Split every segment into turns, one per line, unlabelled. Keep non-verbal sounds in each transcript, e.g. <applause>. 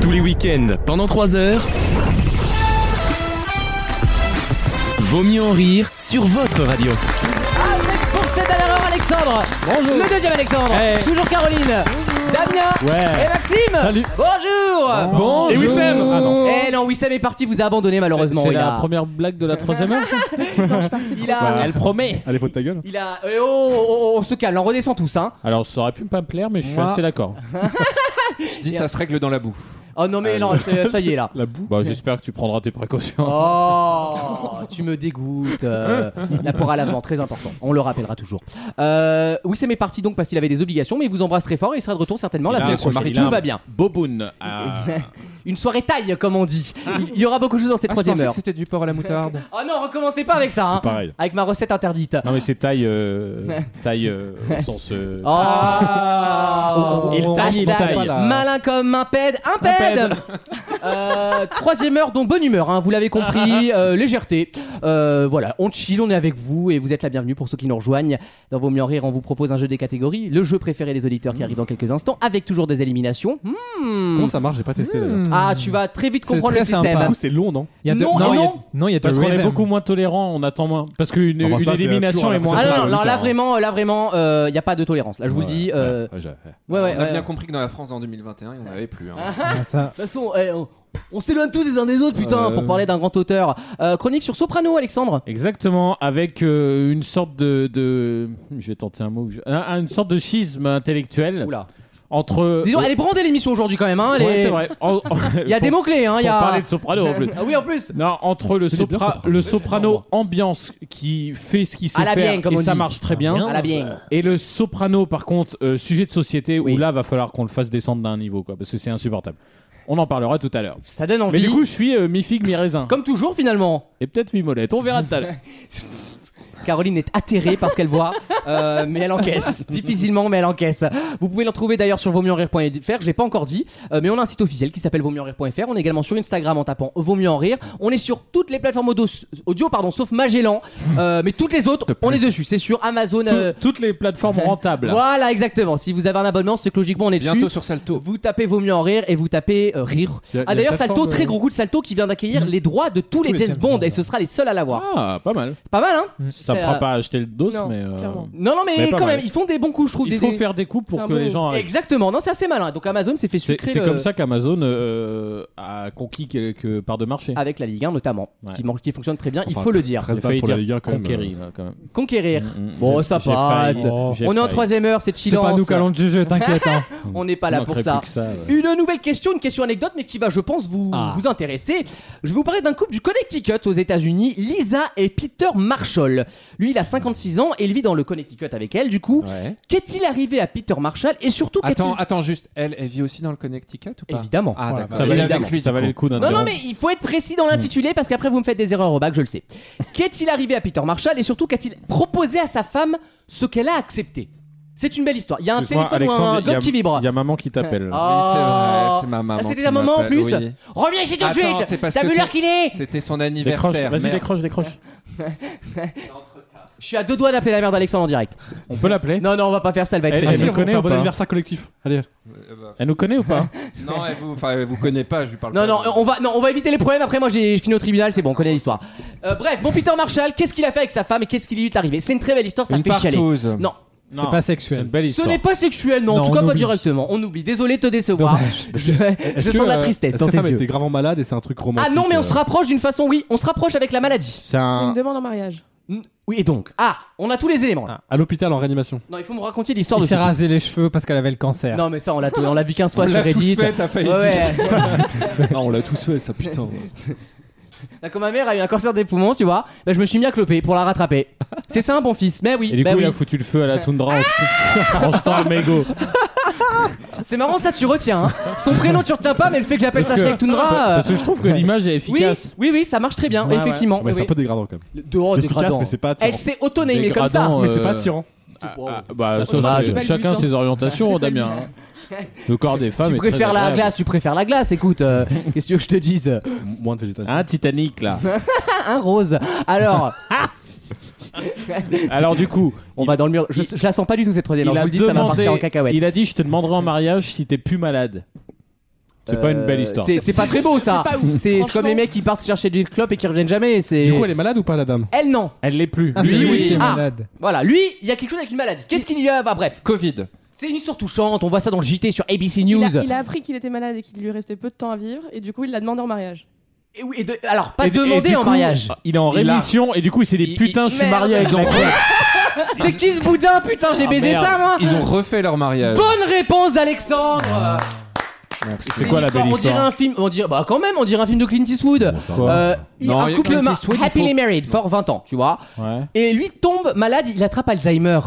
Tous les week-ends, pendant 3 heures. Vaut mieux en rire sur votre radio.
Avec pour cette dernière heure, Alexandre.
Bonjour.
Le deuxième Alexandre.
Hey.
Toujours Caroline. Damien.
Ouais.
Et Maxime.
Salut.
Bonjour.
Bonjour.
Et Wissem.
Ah non.
Eh non, Wissem est parti, vous a abandonné malheureusement.
C'est
il,
la
a...
première blague de la troisième heure.
il a-
Elle promet.
Allez, faut de ta gueule.
il a- eh oh, oh, oh, on se calme, on redescend tous, hein.
Alors, ça aurait pu pas me plaire, mais je suis
Moi.
assez d'accord.
Je dis ça se règle dans la boue.
Oh non, mais non, c'est- ça y
<laughs>
est là.
La boue.
Bah, j'espère que tu prendras tes précautions.
Oh, tu me dégoûtes. euh, la pour à l'avant, très important. On le rappellera toujours. Euh, Wissem est parti donc parce qu'il avait des obligations, mais il vous embrasse très fort et il sera de retour certainement <laughs> la
Il a
semaine
un-
prochaine.
il a
Tout
un
va bien.
Boboun. Ah.
<laughs> Une soirée taille, comme on dit. Il y aura beaucoup de choses dans cette
Ah, je
troisième
pensais
heure.
que c'était du porc à la moutarde.
<laughs> Oh non, recommencez pas avec ça, hein.
Pareil.
Avec ma recette interdite.
Non, mais c'est
<laughs>
taille. euh, taille euh, au sens. euh,
Oh
Il taille, il
Hashtag
taille.
Malin comme un ped, un ped <laughs> Euh, Troisième heure, donc bonne humeur, hein, vous l'avez compris, euh, légèreté. Euh, voilà, on chill, on est avec vous et vous êtes la bienvenue pour ceux qui nous rejoignent. Dans Vos Mieux en Rire, on vous propose un jeu des catégories, le jeu préféré des auditeurs qui arrive dans quelques instants, avec toujours des éliminations. Hmm.
Comment ça marche J'ai pas testé d'ailleurs.
Ah, tu vas très vite comprendre
très
le système.
sympa.
Du coup, c'est long, non
Hmm. Il y a deux-
Non et
il y a-
non.
non, il y a deux
Parce qu'on est
rhythms.
beaucoup moins tolérant, on attend moins. Parce qu'une
Enfin,
une
ça, c'est
élimination
toujours
est moins.
Ah
la
non, non,
Ah,
non,
oui,
là
t'as-
vraiment, là vraiment, il n'y a pas de tolérance. Là, je vous le
Ouais,
dis. euh,
ouais, j'ai-
Ouais, ouais,
on a
ouais.
bien compris que dans la France en 2021, il n'y en avait plus. hein.
Ah, ça.
De toute façon, eh, on, on s'éloigne tous les uns des autres, putain,
Euh.
pour parler d'un grand auteur. Euh, chronique sur Soprano, Alexandre.
Exactement, avec euh, une sorte de, de- Je vais tenter un mot. je- un- un- Une sorte de schisme intellectuel
Oula.
entre.
Disons, elle est brandée l'émission aujourd'hui quand même. Hein, elle
Ouais,
est-
c'est vrai. En- en-
<laughs> Il y a
pour-
des mots clés. Hein, il y
pour
a...
parler de soprano en plus.
<laughs> Ah oui, en plus.
Non, entre le,
C'est bien,
sopra-
Soprano.
le soprano ambiance qui fait ce qu'il sait
À la
faire
bien, comme
et
on
ça
dit.
marche très bien.
À la bien.
Et le soprano, par contre, euh, sujet de société
Oui.
où là, va falloir qu'on le fasse descendre d'un niveau, quoi, parce que c'est insupportable. On en parlera tout à l'heure.
Ça donne envie.
Mais du coup, je suis euh, mi-figue, mi-raisin.
comme toujours finalement.
Et peut-être mi-molette. On verra tout à l'heure.
Caroline est atterrée par ce qu'elle voit, euh, mais elle encaisse. Difficilement, mais elle encaisse. Vous pouvez le retrouver d'ailleurs sur vaumieuxenrire.fr, j'ai pas encore dit, euh, mais on a un site officiel qui s'appelle vaumieuxenrire.fr. On est également sur Instagram en tapant vaut mieux en rire. On est sur toutes les plateformes audio, audio, pardon, sauf Magellan, Euh, mais toutes les autres, on est dessus. C'est sur Amazon.
Tout-
<laughs> euh,
Toutes les plateformes rentables.
Voilà, exactement. Si vous avez un abonnement, c'est que logiquement on est dessus.
Bientôt sur Salto.
Vous tapez Vaut mieux en rire et vous tapez euh, rire.
Y a- y a
Ah
une
d'ailleurs, Salto,
plateforme,
très
euh,
gros coup de Salto qui vient d'accueillir les droits de tous, les
les
James
James
Bond
Bond,
et ce sera les seuls à l'avoir.
Ah, pas mal.
Pas mal, hein
Ça me
C'est,
fera
euh,
pas acheter le dos,
non,
mais. euh,
Non, non, mais,
Mais pas
quand
mal.
même, ils font des bons coups, je trouve.
il
des-
faut
des-
faire des coups
c'est
pour
un
que
bon-
les gens arrivent.
Exactement, non, c'est assez malin. Donc Amazon s'est fait
C'est
sucrer
c'est
le-
comme ça qu'Amazon euh, a conquis quelques parts de marché.
avec la Ligue 1 notamment,
Ouais.
qui, man- qui fonctionne très bien, il
Enfin,
faut le dire.
J'ai
13 balles
failli
pour la
dire
Ligue 1 quand même.
conquérir, là, quand même.
Conquérir.
Mm, mm.
Bon, ça
J'ai failli.
passe.
Oh,
On
j'ai
est en
failli.
troisième heure, c'est
C'est
chillant.
pas nous qui allons
<laughs>
le juger, t'inquiète. hein.
On n'est pas là
On
pour
manquerait
ça.
plus que ouais.
Une nouvelle question, une question anecdote, mais qui va, je pense, vous,
Ah.
vous intéresser. Je vais vous parler d'un couple du Connecticut aux États-Unis, Lisa et Peter Marshall. Lui, il a 56 ans et il vit dans le Connecticut avec elle. Du coup,
Ouais.
qu'est-il arrivé à Peter Marshall et surtout
Attends,
qu'est-il.
attends juste, elle, elle vit aussi dans le Connecticut ou pas
Évidemment.
Ah
Voilà,
d'accord.
Ça
Elle est
valait,
avec lui,
ça
du
valait
coup.
le coup
Non, non,
d'interrompre.
mais il faut être précis dans l'intitulé parce qu'après vous me faites des erreurs au bac, je le sais. Qu'est-il arrivé à Peter Marshall et surtout qu'a-t-il proposé à sa femme ce qu'elle a accepté C'est une belle histoire. Il y a un
Excuse-moi,
téléphone ou un
Alexandre, il y
gomme
a-
qui vibre.
Il y a maman qui t'appelle.
Ah,
Oui, c'est vrai, c'est ma maman.
ça, c'était
qui
un moment en
m'appelle,
plus.
oui.
Reviens ici tout de
Attends,
suite
c'est parce
T'as
que
vu l'heure
c'est-
qu'il est
C'était son
<laughs> Décroche,
anniversaire.
vas-y,
merde.
décroche, décroche.
Je suis à deux doigts d'appeler la mère d'Alexandre en direct.
On peut l'appeler
Non, non, on va pas faire ça, elle va être
Elle-
Ah,
eh,
très
elle
si,
nous
on va
connaît
faire
ou
bon
pas
anniversaire collectif. Allez,
Euh, bah,
Elle nous connaît ou pas
Non, elle vous, enfin, elle vous connaît pas, je lui parle
Non,
pas.
non, on va, non, on va éviter les problèmes. Après, moi, j'ai je finis au tribunal, c'est bon, on connaît l'histoire. Euh, bref, bon, Peter Marshall, qu'est-ce qu'il a fait avec sa femme et qu'est-ce qui lui est arrivé C'est une très belle histoire, ça
Une
me fait chialer.
partouze.
Non,
Non,
pas sexuel.
C'est une belle
ce
histoire.
n'est pas sexuel, non, en
Non,
tout
on
cas pas
oublie.
directement. On oublie, désolé de te décevoir.
Dommage.
Je, je sens de
euh,
la tristesse dans
Sa
tes
femme
yeux.
était gravement malade et c'est un truc romantique.
Ah non, mais on
euh,
se rapproche d'une façon, oui, on se rapproche avec la maladie.
C'est
C'est une
un.
Ah. demande en mariage.
Mm, Oui, et donc Ah, on a tous les éléments. là.
À l'hôpital en réanimation.
Non, il faut me raconter l'histoire
Il
de
s'est
ce
rasé les cheveux parce qu'elle avait le cancer.
Non, mais ça, on l'a on l'a vu 15
On
fois sur
l'a tous
Reddit.
fait, t'as failli
Ouais,
dire.
ouais. <laughs>
Ah, on l'a tous fait, ça putain.
Bah, quand ma mère a eu un cancer des poumons, tu vois, bah, je me suis mis à cloper pour la rattraper. C'est ça, un bon fils. Mais oui,
Et du
bah
coup, il
oui.
a foutu le feu à la toundra en <laughs> se- en jetant un mégot.
C'est marrant, ça, tu retiens. hein. Son prénom, tu retiens pas, mais le fait que j'appelle ça
que-
Schneck Tundra. euh,
Parce que je trouve que l'image est
Oui,
efficace.
oui, oui, ça marche très bien,
Ouais,
effectivement.
Mais
Oui,
c'est un
oui.
peu dégradant quand même.
Le- de- oh,
c'est efficace,
dégradant.
mais c'est pas attirant.
Elle s'est auto-namée comme ça.
Dégradant,
Mais c'est pas
euh,
attirant.
ah, ah, bah, ça,
C'est pas
c'est-
le but,
chacun
hein.
ses orientations,
C'est pas le
Damien. Le corps des femmes
Tu
est très
préfères la
agréable.
glace, tu préfères la glace, écoute, euh, qu'est-ce que tu veux que je te dise
Moins de végétation.
Hein, Titanic, là.
Un rose. Alors,
Alors, du coup,
on va dans le mur. Je, je la sens pas du tout cette troisième.
il
Alors, je
a
vous le dis, ça va
demandé-
partir en cacahuète.
Il a dit Je te demanderai en mariage si t'es plus malade. C'est pas une belle histoire.
Euh, C'est c'est pas très beau ça. C'est c'est comme les mecs qui partent chercher du clope et qui reviennent jamais. C'est
Ah, Du coup, elle est malade ou pas, la dame
elle non.
Elle l'est plus.
Ah,
Lui,
c'est lui
oui.
qui est
Ah.
malade.
Voilà, lui, il y a quelque chose avec une maladie. Qu'est-ce qu'il y a Bah bref,
Covid.
c'est une histoire touchante. On voit ça dans le JT sur ABC News.
Il a, il a appris qu'il était malade et qu'il lui restait peu de temps à vivre, et du coup, il l'a demandé en mariage.
Et oui, et de- alors pas
Et- et
demander
du
en
coup, ah,
mariage.
Il est en
Il a-
rémission et du coup, c'est des
Il-
putains, je suis
Merde.
euh,
marié avec
Ils ont-
la clope.
C'est qui ce boudin Putain, j'ai
Ah,
baisé
merde.
ça moi.
Ils ont refait leur mariage.
Bonne réponse, Alexandre.
Merci.
C'est quoi
une
la
histoire-
belle
On dirait
histoire
un film, on dirait, bah quand même, on dirait un film de Clint Eastwood. Euh, il-
Non,
un
mais
couple
Clint
ma-
Eastwood, il
happily
faut-
married, fort 20 ans, tu vois.
Ouais.
Et lui tombe malade, il attrape Alzheimer.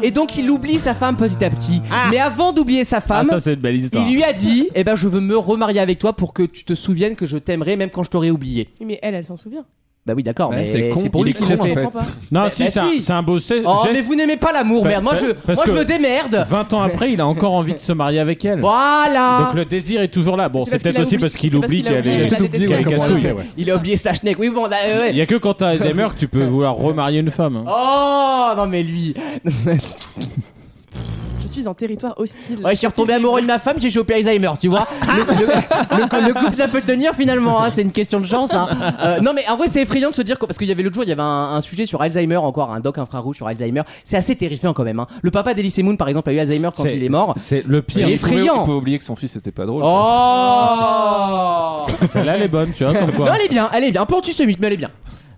Et donc il oublie sa femme petit à petit. Mais avant d'oublier sa
Ah,
femme,
ça, c'est une belle histoire.
il lui a dit "Eh ben je veux me remarier avec toi pour que tu te souviennes que je t'aimerai même quand je t'aurai oublié."
Mais elle, elle s'en souvient.
Bah oui, d'accord,
Ouais,
mais
c'est
c'est
con,
pour
il
lui
est
qu'il le
con, en
fait.
fait.
Je comprends pas.
Non,
Bah,
si,
bah,
c'est un-
si.
c'est un, beau geste.
Oh, mais vous n'aimez pas l'amour,
Pa-
merde. Moi
pa-
je
parce
moi je
que-
me démerde.
20 ans après, il a encore envie de se marier avec elle.
Voilà.
Donc le désir est toujours là. Bon, c'est
C'est parce qu'il
peut-être
a
aussi
oublié-
parce qu'il
c'est parce
oublie
qu'il a
qu'elle
oublié
est.
qu'elle a détesté.
qu'elle est
Comment
casse-couille.
elle était, ouais.
Il a oublié sa schneck. Oui, bon, là, ouais.
Il y a que quand t'as Alzheimer que tu peux vouloir remarier une femme.
Oh non mais lui
Je suis en territoire hostile.
Ouais je suis retombé amoureux de ma femme j'ai chopé Alzheimer tu vois le, le- le cou- le couple ça peut tenir finalement hein, c'est une question de chance hein. Euh, Non mais en vrai c'est effrayant de se dire que, parce qu'il y avait l'autre jour il y avait un, un sujet sur Alzheimer encore un doc infrarouge sur Alzheimer c'est assez terrifiant quand même hein. Le papa d'Elysée Moon par exemple a eu Alzheimer quand
C'est-
il est mort
C'est le
Il
pire.
est
Il faut-
effrayant.
Il faut oublier que son fils était pas drôle.
Oh
Celle-là, elle est bonne, tu vois, comme
Non
quoi.
elle est bien elle est bien un peu antisémite mais elle est bien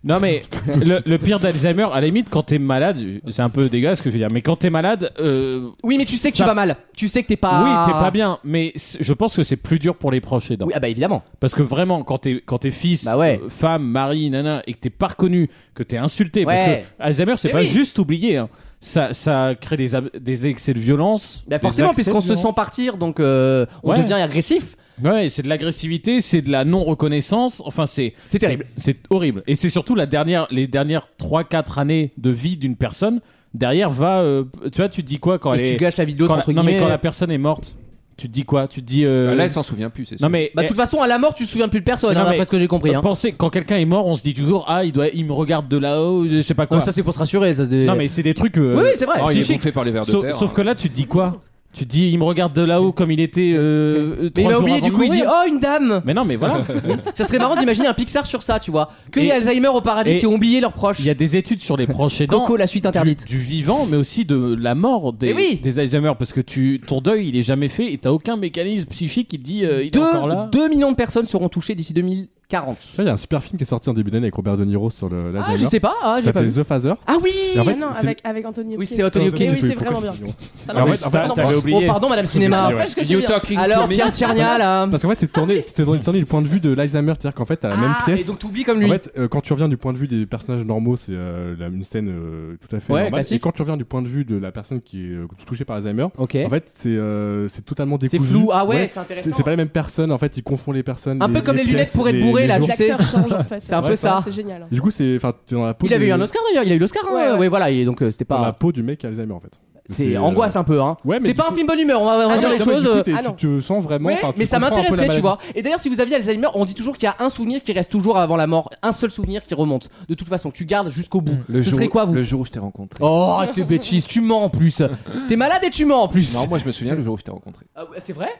Non, mais le, le pire d'Alzheimer, à la limite, quand t'es malade, c'est un peu dégueulasse ce que je veux dire, mais quand t'es malade. euh,
Oui mais tu sais que
ça-
tu vas mal Tu sais que t'es pas
Oui, t'es pas bien, mais c'est- je pense que c'est plus dur pour les proches aidants.
Ah. Oui ah bah évidemment
Parce que vraiment, quand t'es quand t'es fils,
Bah ouais.
euh, femme, mari, nana, et que t'es pas reconnu, que t'es insulté, parce
Ouais.
que Alzheimer, c'est
Mais
pas
oui.
juste oublié. hein. Ça, ça crée des, ab- des excès de violence.
Bah
des
forcément
accès de
puisqu'on se
violence.
sent partir donc euh, on
Ouais.
devient agressif
Ouais, c'est de l'agressivité, c'est de la non-reconnaissance. Enfin, c'est.
C'est terrible.
C'est c'est horrible. Et c'est surtout la dernière, les dernières 3-4 années de vie d'une personne. Derrière va. euh, tu vois, tu te dis quoi quand
Et
elle
tu
est-
gâches la vie de l'autre
quand la-
entre
Non,
guillemets. Ah,
mais quand la personne est morte, tu te dis quoi Tu te dis. euh,
Là, il s'en souvient plus. c'est sûr.
non, mais.
Bah de
eh,
toute façon à la mort tu te souviens plus de personne
Non,
hein,
mais-
d'après ce que j'ai compris. hein.
pensez, quand quelqu'un est mort, on se dit toujours Ah, il, doit, il me regarde de là-haut, je sais pas quoi.
Non, Ah, ça c'est pour se rassurer ça. c'est-
Non, mais c'est des trucs. euh,
Oui, oui, c'est vrai.
Oh, il est
psychiques.
bouffé par les vers de
Sauf,
terre.
hein.
sauf que là, tu te dis quoi Tu te dis, il me regarde de là-haut comme il était. euh,
Mais il
trois
a
jours
oublié
avant
du
de
coup il dit
mourir.
oh une dame.
Mais non, mais voilà.
<laughs> Ça serait marrant d'imaginer un Pixar sur ça tu vois. Que les
Et-
Alzheimer au paradis
et-
qui ont oublié leurs proches.
Il y a des études sur les proches aidants.
Coco la suite interdite.
Du, du vivant, mais aussi de la mort des,
Mais oui.
des Alzheimer, parce que tu, ton deuil, il est jamais fait et t'as aucun mécanisme psychique qui te dit euh, il est encore là.
2 2 millions de personnes seront touchées d'ici 2040.
Il y a un super film qui est sorti en début d'année avec Robert De Niro sur le
Ah je
l'Alzheimer.
sais pas ah,
Ça
j'ai pas
s'appelle
vu.
The Phaser.
Ah oui.
Et en fait,
Mais non,
c'est-
avec, avec Anthony Hopkins.
Oui, c'est Anthony
Mais
Hopkins.
oui, c'est
Pourquoi
vraiment
je
bien.
dis non
Ça
Alors, Ah, en
n'empêche-
fait, t'as-
ça
t'avais
n'empêche-
Oh
oublié.
pardon <laughs> Madame
ça
Cinéma.
n'empêche que c'est
You
bien.
talking to
Alors
me
Pierre Tchernia là.
Parce qu'en fait, c'est tourné, c'était tourné du point de vue de l'Alzheimer, c'est-à-dire qu'en fait, t'as la même
Ah,
pièce.
Et donc t'oublies comme lui.
En fait, euh, quand tu reviens du point de vue des personnages normaux, c'est euh, la- une scène euh, tout à fait
Ouais,
normale.
classique.
Et quand tu reviens du point de vue de la personne qui est euh, touchée par Alzheimer,
Ok.
en fait, c'est euh, c'est totalement
C'est
décousu.
flou ah ouais c'est intéressant.
C'est c'est pas les mêmes personnes, en fait, ils confondent les personnes.
Un peu comme les lunettes
pièces,
pour être
les-
bourré,
les
là,
jours.
tu sais.
L'acteur change en fait.
C'est un peu ça.
C'est génial. hein.
Du coup, c'est. Enfin, t'es dans la peau
Il avait
du-
eu un Oscar d'ailleurs il a eu l'Oscar. hein,
Ouais, ouais.
ouais, voilà et donc euh, c'était
Dans
pas.
la peau du mec qui a Alzheimer, en fait.
C'est angoisse un peu, hein.
euh, Ouais, mais
c'est
du
pas un
coup-
film bonne humeur, on va, on va
Ah
dire
ouais,
les
non, mais
choses.
du coup,
euh,
t'es-
ah non.
tu te sens vraiment.
ouais,
enfin, tu
mais ça
comprends un peu la
m'intéresserait, tu
maladie.
vois. Et d'ailleurs, si vous aviez Alzheimer, on dit toujours qu'il y a un souvenir qui reste toujours avant la mort, un seul souvenir qui remonte. De toute façon, tu gardes jusqu'au bout.
Mm.
Le
Ce
jour-
serait quoi, vous
Le jour où je t'ai rencontré.
Oh, t'es bêtise, tu mens en plus.
euh,
T'es malade et tu mens en plus.
Non, moi, je me souviens le jour où je t'ai rencontré.
Ah ouais, c'est vrai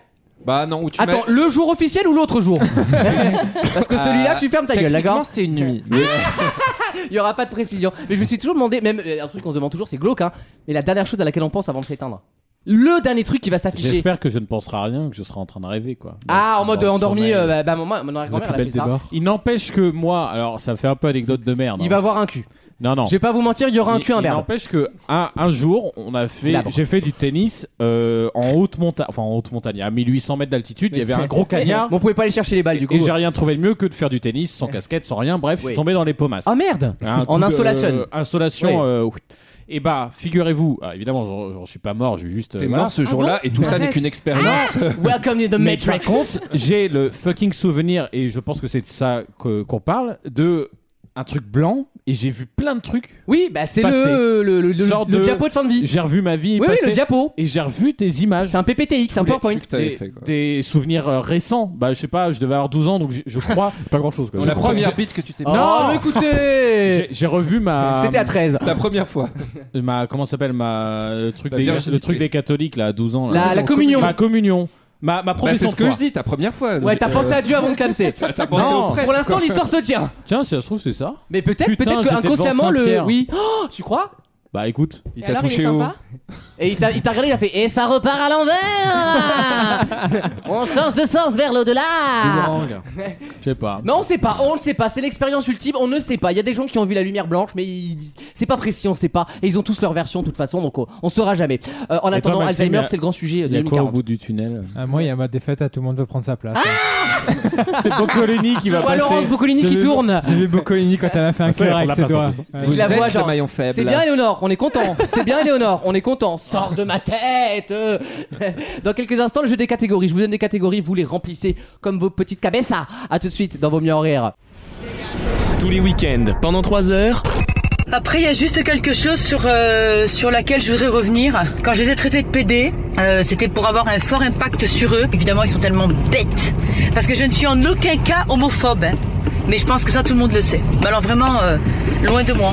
Bah non, où tu
Attends,
m'as-
le jour officiel ou l'autre <laughs> jour Parce que celui-là, tu fermes ta gueule,
Techniquement,
d'accord
c'était une nuit.
Il y aura pas de précision. Mais je me suis toujours demandé, même euh, un truc qu'on se demande toujours, c'est glauque, hein. Mais la dernière chose à laquelle on pense avant de s'éteindre. Le dernier truc qui va s'afficher.
J'espère que je ne penserai à rien, que je serai en train de rêver, quoi.
Ah, en mode
Dans le
endormi,
sommeil.
euh, bah, bah, mon, mon
La
arrière-grand-mère,
plus
elle a
belle
fait
des
ça.
morts.
Il n'empêche que moi, alors ça fait un peu anecdote de merde.
Il
hein.
va avoir un cul.
Non, non.
Je vais pas vous mentir, il y aura un
Il-
cul, un
il
merde.
n'empêche que un, un jour, on a fait,
Labre.
j'ai fait du tennis euh, en haute montagne, enfin en haute montagne, à 1800 mètres d'altitude. Il y avait un gros cagnard.
Mais on pouvait pas aller chercher les balles du coup. euh,
Et j'ai rien trouvé de mieux que de faire du tennis sans casquette, sans rien. Bref, je
Oui.
suis tombé dans les pommasses.
Ah merde
Un
En
coup de-
insolation.
<laughs> euh, insolation.
Oui.
euh, oui. Et bah, figurez-vous, ah, évidemment, j'en- j'en suis pas mort, j'ai juste. euh,
T'es
voilà.
mort ce jour-là et tout ça n'est
Arrête.
qu'une expérience.
Ah, Welcome to the
Mais par
Matrix
contre, j'ai le fucking souvenir, et je pense que c'est de ça que- qu'on parle, de un truc blanc, et j'ai vu plein de trucs.
Oui, bah c'est
Passé.
le, le, le, le-
Sorte
le
de-
diapo de fin de vie.
J'ai revu ma vie
Oui, oui,
passer,
le diapo.
et j'ai revu tes images.
C'est un PPTX, c'est un
Tous les
PowerPoint.
trucs que <laughs> t'avais
des,
fait, quoi.
des souvenirs euh, récents. Bah, je sais pas, je devais avoir 12 ans, donc je, je
<laughs>
crois.
Pas grand chose, quoi.
La
Je-
crois que
première
j'ai-
bite que tu t'es
Oh,
Non.
mais écoutez
j'ai euh, j'ai revu ma.
C'était à 13.
<laughs> La première fois.
ma comment ça s'appelle ma le truc
La
des
virginité.
le truc des catholiques là à 12 ans là.
La- la communion.
ma communion Ma, ma
Bah,
profession
c'est
de
ce que
foi.
je dis, ta première fois. Euh,
Ouais, t'as pensé à Dieu avant de
<laughs>
clamser.
T'as pensé
Non.
au prêtre,
Pour l'instant,
quoi.
l'histoire se tient.
Tiens, si ça se trouve, c'est ça.
Mais peut-être,
Putain,
peut-être que
j'étais devant
inconsciemment le.
Saint-Pierre.
Oui. Oh, tu crois
Bah écoute,
Il
Et
t'a
alors, il est
touché où
sympa
Et il t'a il t'a regardé, il a fait Et ça repart à l'envers On change de sens vers l'au-delà
Boomerang.
je sais pas.
Non, on sait pas, on ne sait pas, c'est l'expérience ultime, on ne sait pas. Il y a des gens qui ont vu la lumière blanche, mais ils disent C'est pas précis, on sait pas. Et ils ont tous leur version de toute façon, donc on, on saura jamais. Euh, en
toi,
attendant,
Maxime,
Alzheimer,
il y a-
c'est le grand sujet de
Il y a quoi au
2040.
bout du tunnel
Ah, moi, il y a ma défaite, à tout le monde veut prendre sa place.
Ah,
C'est Boccolini qui va
Ou à
passer.
Laurence Boccolini qui
J'ai vu-
tourne
J'ai vu Boccolini quand elle a fait un
Ah, ça,
cœur
on
avec
l'a
ses
pas,
doigts.
ça,
Ouais.
hein.
Vous
Il la
êtes
voit
le
genre,
maillon faible.
C'est bien Eleonore, on est content. C'est bien Eleonore, on est content. Sors de ma
<laughs>
tête. euh. Dans quelques instants, le jeu des catégories. Je vous donne des catégories, vous les remplissez comme vos petites cabezas. À tout de suite dans vos mieux en rire.
Tous les week-ends, pendant 3 heures,
Après, il y a juste quelque chose sur euh, sur laquelle je voudrais revenir. Quand je les ai traités de PD, euh, c'était pour avoir un fort impact sur eux. Évidemment, ils sont tellement bêtes. Parce que je ne suis en aucun cas homophobe. hein. Mais je pense que ça, tout le monde le sait. Mais alors vraiment, euh, loin de moi.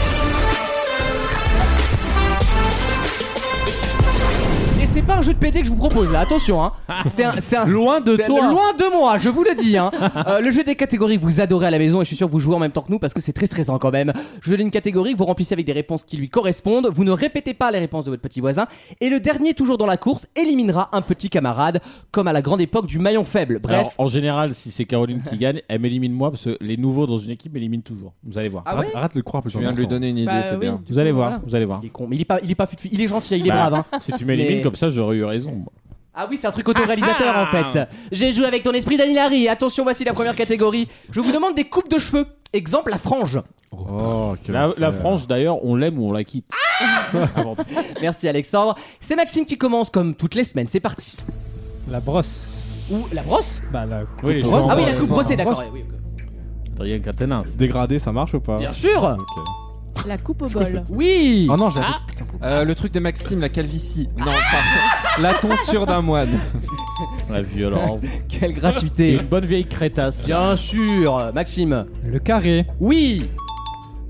Et c'est pas un jeu de PD que je vous propose là, attention.
<laughs>
Hein. C'est un, c'est un-
Loin de
c'est
toi.
Loin de moi, je vous le dis.
<laughs>
Hein. Euh, le jeu des catégories, vous adorez à la maison et je suis sûr que vous jouez en même temps que nous parce que c'est très stressant quand même. Je vous donne une catégorie, vous remplissez avec des réponses qui lui correspondent, vous ne répétez pas les réponses de votre petit voisin et le dernier toujours dans la course éliminera un petit camarade comme à la grande époque du maillon faible. Bref.
Alors, en général, si c'est Caroline qui gagne, elle m'élimine moi parce que les nouveaux dans une équipe m'éliminent toujours. Vous allez voir.
Ah ouais
Arrête, arrête de le croire, plus
Tu viens de lui donner une idée,
Bah
c'est
oui,
bien.
du
Vous allez
coup,
voir,
voilà.
vous allez voir.
Il est con, mais il est pas, il est pas fut- il est gentil, il est
Bah.
brave. Hein.
Si tu m'élimines
Mais-
comme ça, j'aurais eu raison. moi.
Ah oui, c'est un truc autoréalisateur
Ah.
en fait. J'ai joué avec ton esprit, Dani Larry. Attention, voici la première catégorie. Je vous demande des coupes de cheveux. Exemple, la frange.
Oh, quel
La, Ah, la
enfer.
France, d'ailleurs, on l'aime ou on la quitte. Avant tout.
Merci Alexandre. C'est Maxime qui commence comme toutes les semaines. C'est parti.
La brosse.
Ou la brosse
Bah, la
Oui, les
coupe-
cheveux
Ah oui,
en
la
brosse.
coupe brossée, d'accord.
Brosse.
Oui, oui,
Adrien Quatennens.
Dégradé, ça marche ou pas Ah,
oui. Bien sûr.
Ok.
La coupe au bol.
Oui.
Oh non, je l'avais.
Euh, le truc de Maxime, la calvitie. Non, pas. La tonsure d'un moine.
La violence.
Quelle
Et
gratuité.
une bonne vieille
<laughs>
crétasse.
Bien sûr, Maxime.
Le carré.
Oui.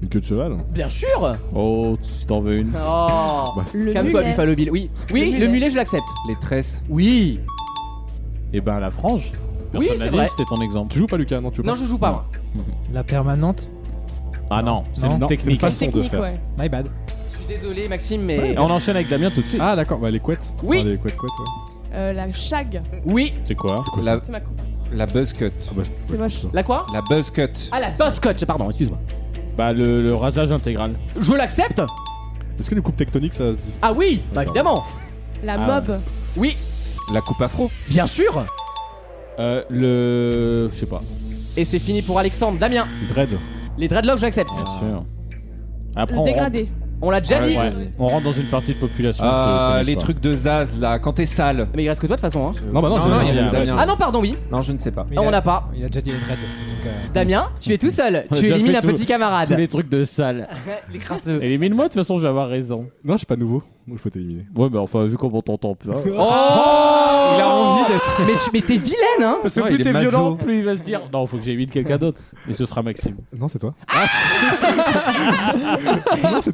Une queue de cheval
Bien sûr.
Oh, si t'en veux une.
Oh.
Bah,
Le
Calme-toi,
mulet.
Buffalo Bill. Oui. Oui,
Le
le
mulet.
mulet, je l'accepte.
Les tresses.
Oui.
Et ben, la frange.
Oui, c'est
Personne n'a dit que
vrai.
C'était ton exemple.
Tu joues pas, Lucas Non, tu joues
Non,
pas.
je joue pas. moi.
La permanente.
Ah non, c'est
Non.
une
Non, c'est
technique.
une façon de
Technique,
faire.
ouais.
My bad.
Je suis désolé, Maxime, mais
Et on enchaîne avec Damien tout de suite.
Ah, d'accord, bah les couettes.
Oui.
Enfin, les couettes, couettes, ouais.
Euh, la shag.
oui.
C'est quoi
La,
C'est ma coupe.
la buzz cut.
Ah, bah, je-
C'est moche.
La quoi
La buzz cut.
Ah la boss coach. Pardon, excuse-moi.
Bah, le, le rasage intégral.
Je l'accepte.
Est-ce que les coupes tectoniques, ça se dit
Ah oui. Bah
D'accord.
évidemment.
La
Ah.
mob.
Oui.
La coupe afro.
Bien sûr.
Euh, le. Je sais pas.
Et c'est fini pour Alexandre. Damien.
Dread.
Les dreadlocks, j'accepte.
Bien sûr. Après,
Le
on rentre,
dégradé.
On l'a déjà dit.
ouais, on rentre dans une partie de population.
Ah,
je connais
les
pas.
trucs de Zaz là, quand t'es sale.
Mais il reste que toi de toute façon. Hein.
Non, bah non,
non,
j'ai-
non, il
j'ai-
y a
j'ai-
Damien.
Ah non, pardon, oui.
Non, je ne sais pas.
Mais
Ah,
il
on
a-
l'a pas.
Il a déjà dit les dreads. donc, euh,
Damien, tu es tout seul.
On a
tu
déjà
élimines
fait
un
tout.
petit
Tous
camarade.
les trucs de sale.
Les crasseux.
Élimine-moi, de toute façon, je vais avoir raison.
Non, je suis pas nouveau, donc je peux t'éliminer.
Ouais, mais enfin, vu comment t'entend plus. hein.
Oh Il a envie d'être. Mais, tu- mais t'es Oh vilaine, hein
Parce que
Ouais, il
plus
est
t'es
maso.
violent, plus Ah, il va se dire Non, faut que j'évite quelqu'un d'autre. Et ce sera Maxime.
Non, c'est toi.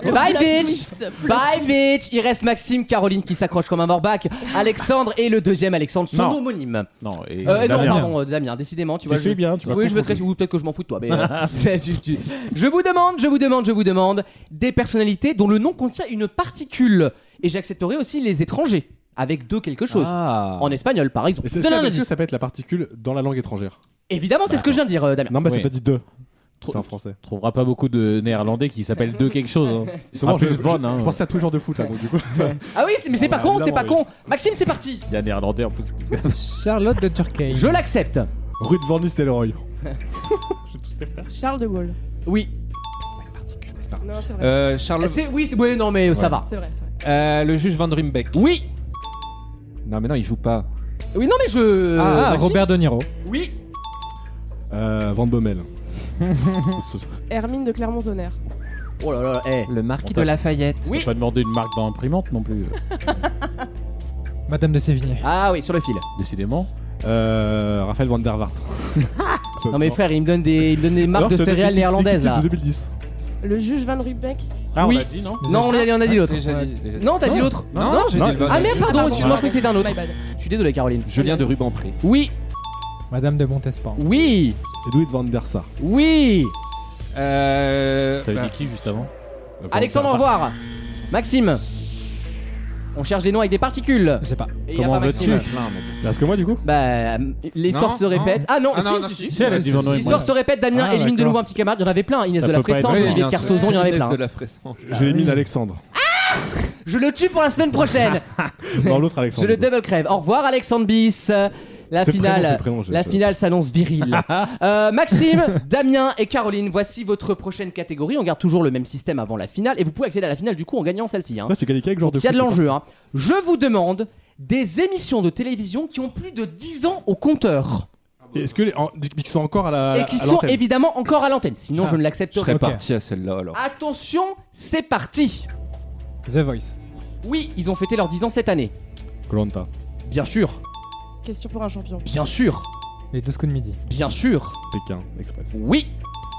Bye, bitch
Twist.
Bye, bitch Il reste Maxime, Caroline qui s'accroche comme un morbac, Alexandre et le deuxième Alexandre, son
Non.
homonyme.
Non, et.
Euh, non,
Damien.
pardon, euh, Damien, décidément, tu
Tu
vois.
suis
je-
bien, tu m'as
Oui, je veux
confondu.
très. Ou peut-être que je m'en fous de toi, mais. euh, <laughs>
<laughs>
c'est- tu- tu- Je vous demande, je vous demande, je vous demande des personnalités dont le nom contient une particule. Et j'accepterai aussi les étrangers, avec deux quelque chose.
Ah.
En espagnol, par exemple.
Et c'est
Donne un
ça,
indice.
ça peut être la particule dans la langue étrangère.
Évidemment, c'est ce que je viens de dire, euh, Damien.
Non, bah
Oui.
t'as pas dit deux.
Trop-
C'est en français.
Tu trouveras pas beaucoup de néerlandais qui s'appellent deux
<laughs>
quelque chose. Hein. Ce sera
je,
plus
je-
Von.
je
hein.
pensais à tous les genres de foot là, donc du <laughs> coup.
Ah oui, c'est- mais c'est pas
bah,
con, c'est pas
évidemment,
con. Maxime, c'est parti.
Il y a néerlandais en plus.
Charlotte de Turquie.
Je l'accepte.
Rude Van Nistelrooy.
Charles de Gaulle.
Oui.
Non, c'est vrai.
Euh, Charles.
C'est oui, c'est- ouais, non mais euh, ça va.
C'est vrai, c'est vrai.
Euh, le juge Van Rimbeck.
Oui.
Non, mais non, il joue pas.
Oui, non mais je.
Ah,
Maxime
Robert De Niro.
Oui.
Euh,
<laughs>
Van Bommel.
Hermine de Clermont-Tonnerre.
Oh là là, eh.
Le
On
marquis
t'a- de
Lafayette.
On
Oui.
peut pas demander une marque dans imprimante non plus. euh,
Madame de Sévigné.
Ah oui, sur le fil.
Décidément.
Euh, Raphaël Van Der Vaart.
<laughs> Non mais frère, il me donne des, il me donne des marques
Non,
de
c'est
céréales
l'équipe-
néerlandaises
l'équipe
là.
de 2010.
Le juge Van Rubeck.
Ah,
Oui.
on l'a dit, non
Non, on l'a on a dit l'autre.
Déjà dit. déjà dit.
Non, t'as dit
Non.
l'autre.
Ah, Non, j'ai dit le Van
Ah merde,
Rubeck.
pardon,
Pardon,
excuse-moi,
pardon.
c'est d'un autre.
My bad.
Je suis désolé, Caroline.
Julien de Rubempré.
Oui,
Madame de Montespan.
oui,
Edwin van der Sar.
oui.
Euh.
T'avais
bah,
dit qui juste avant
Van
Alexandre, au
der-
revoir. Maxime. On cherche des noms avec des particules.
Je sais pas.
Et il y a
Comment
pas Maxime.
veux-tu
Parce que moi, du coup
Bah, l'histoire
Non,
se répète.
non.
Ah non,
Ah
si,
non,
si,
non,
si.
si.
Si, elle a dit Vendredi
L'histoire
Mois.
se répète, Damien
Ah,
élimine de
d'accord.
nouveau un petit camarade, il y en avait plein, Inès
Ça
de la
peut pas être
Fressange,
vrai,
Olivier de
bien sûr.
Kersauzon, il y en avait
Inès
plein.
de la Fressange.
Ah
J'ai mis
oui.
Alexandre.
Je le tue pour la semaine prochaine,
Ah, Non, l'autre
je
Alexandre.
le double crève. Au revoir Alexandre Bis, la
C'est prénom,
finale,
c'est prénom, je-
la
je-
finale s'annonce
<laughs>
virile. Euh, Maxime, Damien et Caroline, voici votre prochaine catégorie, on garde toujours le même système avant la finale, et vous pouvez accéder à la finale du coup en gagnant celle-ci. hein.
Ça, je t'ai qualifié avec genre de
Il y a de
coup,
l'enjeu. Hein. Je vous demande des émissions de télévision qui ont plus de 10 ans au compteur
c'est pas- Est-ce que les, en- du- qui sont encore à la
hein. et qui
Euh, à
sont
l'antenne
évidemment encore à l'antenne, sinon
Ah,
je ne
Je
l'accepterai
serais
pas.
parti à celle-là alors.
Attention, c'est parti
The Voice.
Oui, ils ont fêté leurs 10 ans cette année.
Koh-Lanta.
Bien sûr,
Question pour un champion.
bien sûr,
Les 12 coups de midi.
bien sûr.
Pékin Express.
Oui,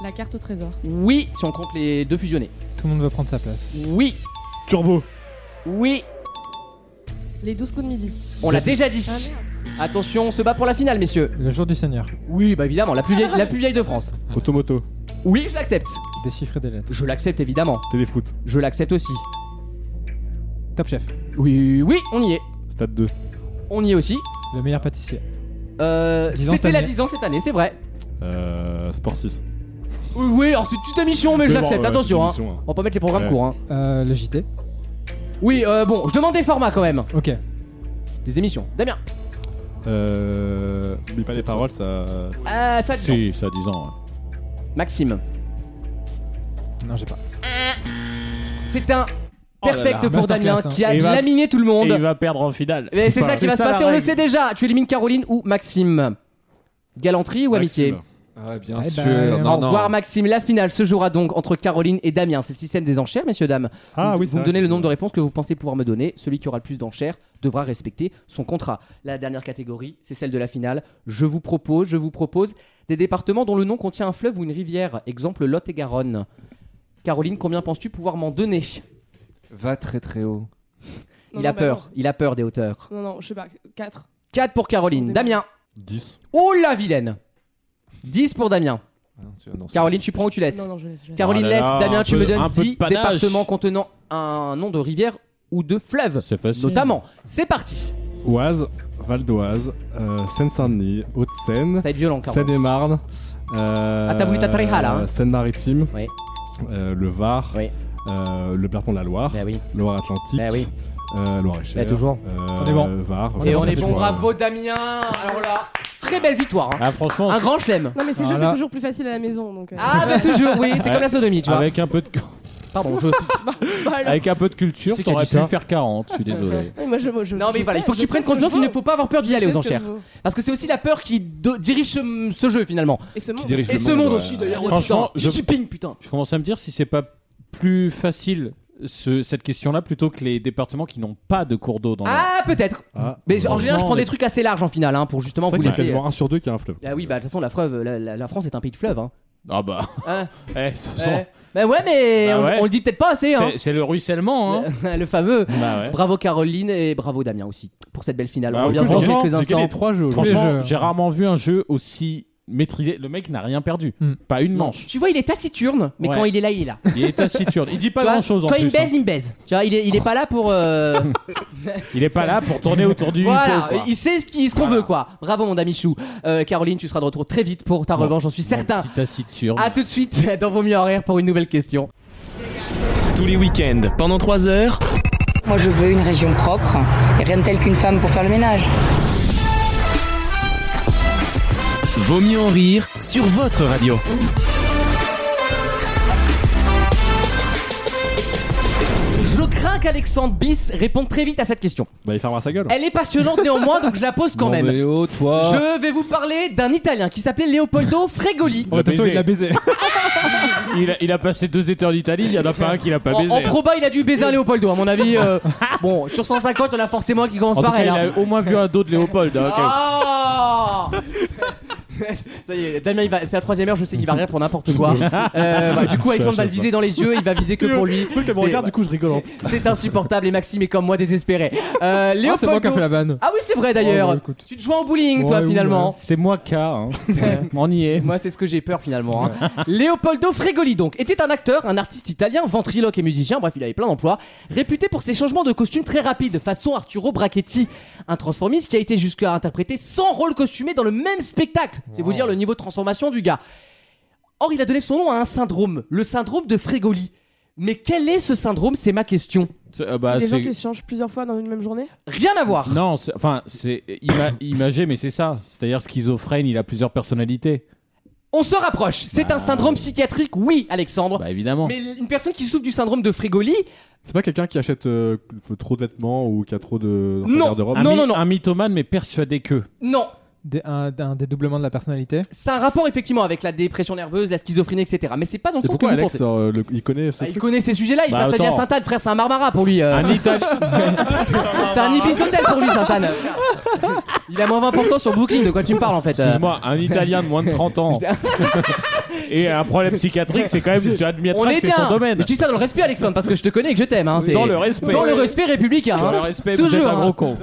La carte au trésor.
oui, si on compte les deux fusionnés.
Tout le monde veut prendre sa place.
Oui,
Turbo.
oui,
Les 12 coups de midi.
on l'a déjà dit.
Ah, merde.
Attention, on se bat pour la finale, messieurs.
Le jour du Seigneur.
Oui, bah évidemment, la plus vieille, la plus vieille de France.
Automoto.
Oui, je l'accepte.
Des chiffres et des lettres.
Je l'accepte évidemment.
Téléfoot.
Je l'accepte aussi.
Top Chef.
Oui, oui, on y est.
Stade 2.
On y est aussi.
Le meilleur pâtissier.
Euh,
10 ans
C'était
cette
la
année.
10 ans cette année, c'est vrai.
Euh, Sport 6.
Oui, Oui, alors c'est une petite émission, mais je
Mais bon,
l'accepte.
euh,
Attention, hein.
c'est une émission, hein.
on va pas mettre les programmes
Ouais.
courts. Hein.
Euh, le JT.
Oui, euh, bon, je demande des formats quand même.
Ok.
Des émissions. Damien.
Euh. N'oublie pas les paroles, ça.
Ah, ça, dis donc.
Si, ça a 10 ans. ouais.
Maxime.
Non, j'ai pas.
C'est un perfect pour
là, masterclass,
Damien
hein.
qui a
Et il va-
laminé tout le
Et il
monde.
va perdre en finale.
Mais c'est ça qui va se
la
passer, on le
règle.
sait déjà. Tu élimines Caroline ou Maxime Galanterie ou amitié
Maxime.
Ah, bien
Eh
sûr.
ben,
non,
Au
non.
revoir Maxime, la finale se jouera donc entre Caroline et Damien. C'est le système des enchères, messieurs, dames.
Ah
vous
oui, c'est
vous me
vrai,
donnez
c'est
le nombre de
vrai.
réponses que vous pensez pouvoir me donner. Celui qui aura le plus d'enchères devra respecter son contrat. La dernière catégorie, c'est celle de la finale. Je vous propose, je vous propose des départements dont le nom contient un fleuve ou une rivière. Exemple Lot et Garonne. Caroline, combien penses-tu pouvoir m'en donner
Va très très haut.
Il
Non, non,
a
bah
peur, il a peur des hauteurs.
Non, non, non, je sais pas. 4.
4 pour Caroline. Damien.
10.
Oh la vilaine 10 pour Damien.
Ah, non, tu- non, c'est-
Caroline, tu prends ou tu laisses
Non, non, je laisse. je laisse.
Caroline
Oh là
laisse.
là,
Damien,
un
tu
peu-
me
un
donnes
peu de
10
panache.
départements contenant un nom de rivière ou de fleuve.
C'est facile.
Notamment. C'est parti.
Oise. Val d'Oise. euh, Seine-Saint-Denis. Haute-Seine.
Ça va être violent, Caroline.
Seine-et-Marne. Euh,
Ah, t'as voulu t'attraire, là, hein.
Seine-Maritime.
Oui.
euh, le Var.
Oui.
euh, le Platon de la Loire.
Bah oui.
Loire-Atlantique.
Bah oui.
euh, Loire-et-Cher.
Bah, toujours.
euh,
On est bon.
Var.
Et
Var,
on
ça
est
fait euh,
bon,
trois.
bravo Damien. Alors là, très belle victoire. hein.
Ah, franchement,
Un grand chelem.
Non, mais c'est juste,
Voilà.
c'est toujours plus facile à la maison. Donc, euh, <laughs>
Ah bah toujours, oui, c'est
Ouais.
comme la sodomie, tu vois.
avec un peu de,
Pardon, je...
bah alors.
<laughs> avec un peu de culture,
Qui c'est qui a
t'aurais
dit
pu
ça
faire 40. Je suis désolé.
Oui, moi, je, moi, je-
Non mais
je
voilà,
sais,
il faut que
je
tu
sais
prennes
ce que
confiance,
je
il ne
vaux.
faut pas avoir peur d'y aller
Je
aux
sais ce que
enchères.
je vaux.
Parce que c'est aussi la peur qui do- dirige ce, ce jeu finalement.
Et ce monde.
Qui dirige
Et
le
ce monde
ouais.
aussi d'ailleurs. oh,
Franchement,
putain.
je-
Ping, putain.
Je commence à me dire si c'est pas plus facile ce- cette question-là plutôt que les départements qui n'ont pas de cours d'eau dans leur-
Ah peut-être.
Ah,
Mais en
Franchement,
général, je prends
mais-
des trucs assez larges en finale hein, pour justement
c'est vrai
vous
qu'il y a
laisser.
quasiment un sur deux qui a un fleuve.
Ah oui, bah de toute façon, la, fleuve, la, la- la France est un pays de fleuve. Hein.
Ah bah.
Hein
<laughs> Eh, de toute façon,
Ouais. Bah ouais, mais
Bah
on,
ouais.
on le dit peut-être pas assez. Hein.
c'est- c'est le ruissellement. Hein.
<laughs> Le fameux.
bah ouais.
Bravo Caroline et bravo Damien aussi pour cette belle finale.
Bah,
on revient
écoute,
dans
franchement,
quelques
J'ai gagné
instants.
trois jeux. aujourd'hui.
Franchement,
jeux.
j'ai rarement vu un jeu aussi maîtrisé. Le mec n'a rien perdu.
Hmm.
Pas une manche.
Tu vois, il est taciturne, mais
Ouais.
quand il est là, il est là.
Il est taciturne. Il dit pas
Tu vois,
grand chose en
quand il
plus.
me baise,
hein.
il me baise. Tu vois, il est, il est pas là pour.
<laughs>
euh,
Il est pas là pour tourner autour du pot,
voilà,
quoi.
il sait ce qui- ce qu'on
Voilà.
veut quoi. Bravo mon ami Chou. Euh, Caroline, tu seras de retour très vite pour ta
Mon-
revanche, j'en suis
Mon
certain.
petit taciturne.
A tout de suite <laughs> dans Vos mieux en rire pour une nouvelle question.
Tous les week-ends, pendant 3 heures,
Moi, je veux une région propre et rien de tel qu'une femme pour faire le ménage.
Vaut mieux en rire sur votre radio.
Je crains qu'Alexandre Bis réponde très vite à cette question.
Bah, il fermera sa gueule.
Elle est passionnante néanmoins, donc je la pose quand
Non,
même.
mais oh, toi.
Ah.
Je vais vous parler d'un Italien qui s'appelait Leopoldo Fregoli.
Oh, attention, il l'a
<laughs>
baisé.
Il a, il a passé deux étés en Italie, il y en a pas un qui l'a pas
En,
baisé.
en proba, il a dû baiser un Léopoldo, à mon avis.
<laughs>
euh, bon, sur 150, on a forcément un qui commence
En tout
par
cas,
elle.
il
hein.
a au moins vu un dos de Léopold. hein, quand même.
Ah <laughs> Ça y est, Damien, il va- c'est la troisième heure, je sais qu'il va rire pour n'importe
<laughs>
quoi. Euh, bah, du coup, Alexandre va le viser dans les yeux, il va viser que pour lui.
Le truc, elle me
C'est-
regarde, du coup, je rigole
hein.
en
C'est insupportable et Maxime est comme moi désespéré. Euh,
Ah, c'est moi qui a fait
Léopoldo-
la vanne.
Ah oui, c'est vrai d'ailleurs.
Oh, bah, écoute.
tu te joues en bowling, toi,
Ouais, oui,
finalement.
C'est moi qui hein. On y est.
Moi, c'est ce que j'ai peur finalement. hein. Leopoldo Fregoli, donc, était un acteur, un artiste italien, ventriloque et musicien. Bref, il avait plein d'emplois. Réputé pour ses changements de costume très rapides, façon Arturo Brachetti, un transformiste qui a été jusqu'à interpréter 100 rôles costumés dans le même spectacle. C'est vous dire le niveau de transformation du gars. Or, il a donné son nom à un syndrome, le syndrome de Fregoli. Mais quel est ce syndrome C'est ma question.
C'est- euh,
C'est
bah,
des gens
c'est- Ah,
qui se changent plusieurs fois dans une même journée.
Rien à voir.
Non, c'est- enfin, c'est ima- imagé, mais c'est ça. C'est-à-dire schizophrène, il a plusieurs personnalités.
On se rapproche. C'est un syndrome psychiatrique, oui, Alexandre.
Bah évidemment.
Mais une personne qui souffre du syndrome de Fregoli,
C'est pas quelqu'un qui achète euh, trop de vêtements ou qui a trop de. dans sa
Non. Ah.
garde-robe
Un
non,
mi-
non, non.
Un mythomane, mais persuadé que.
non,
Des- un, un dédoublement de la personnalité.
C'est un rapport effectivement avec la dépression nerveuse, la schizophrénie, etc. Mais c'est pas dans le
C'est
sens que
pourquoi
vous
Alex,
pensez.
euh, le- il connaît ce
Bah, il
truc
connaît ces sujets-là, il
Bah,
passe sa vie à
attends. Ah
Sainte-Anne, frère, c'est un Marmara pour lui. euh.
Un Italien. <laughs>
c'est un Ibis-Hôtel pour lui, Sainte-Anne. il a moins 20% sur Booking, de quoi tu me parles en fait euh.
Excuse-moi, un Italien de moins de 30 <laughs> ans. Et un problème psychiatrique, c'est quand même. Tu
On
admettras que
est
c'est
bien.
son domaine.
Je dis ça dans le respect, Alexandre, parce que je te connais et que je t'aime. hein, c'est-
Dans le respect.
Dans le respect républicain.
Dans
hein.
le respect, vous
Toujours,
êtes un
hein.
gros con.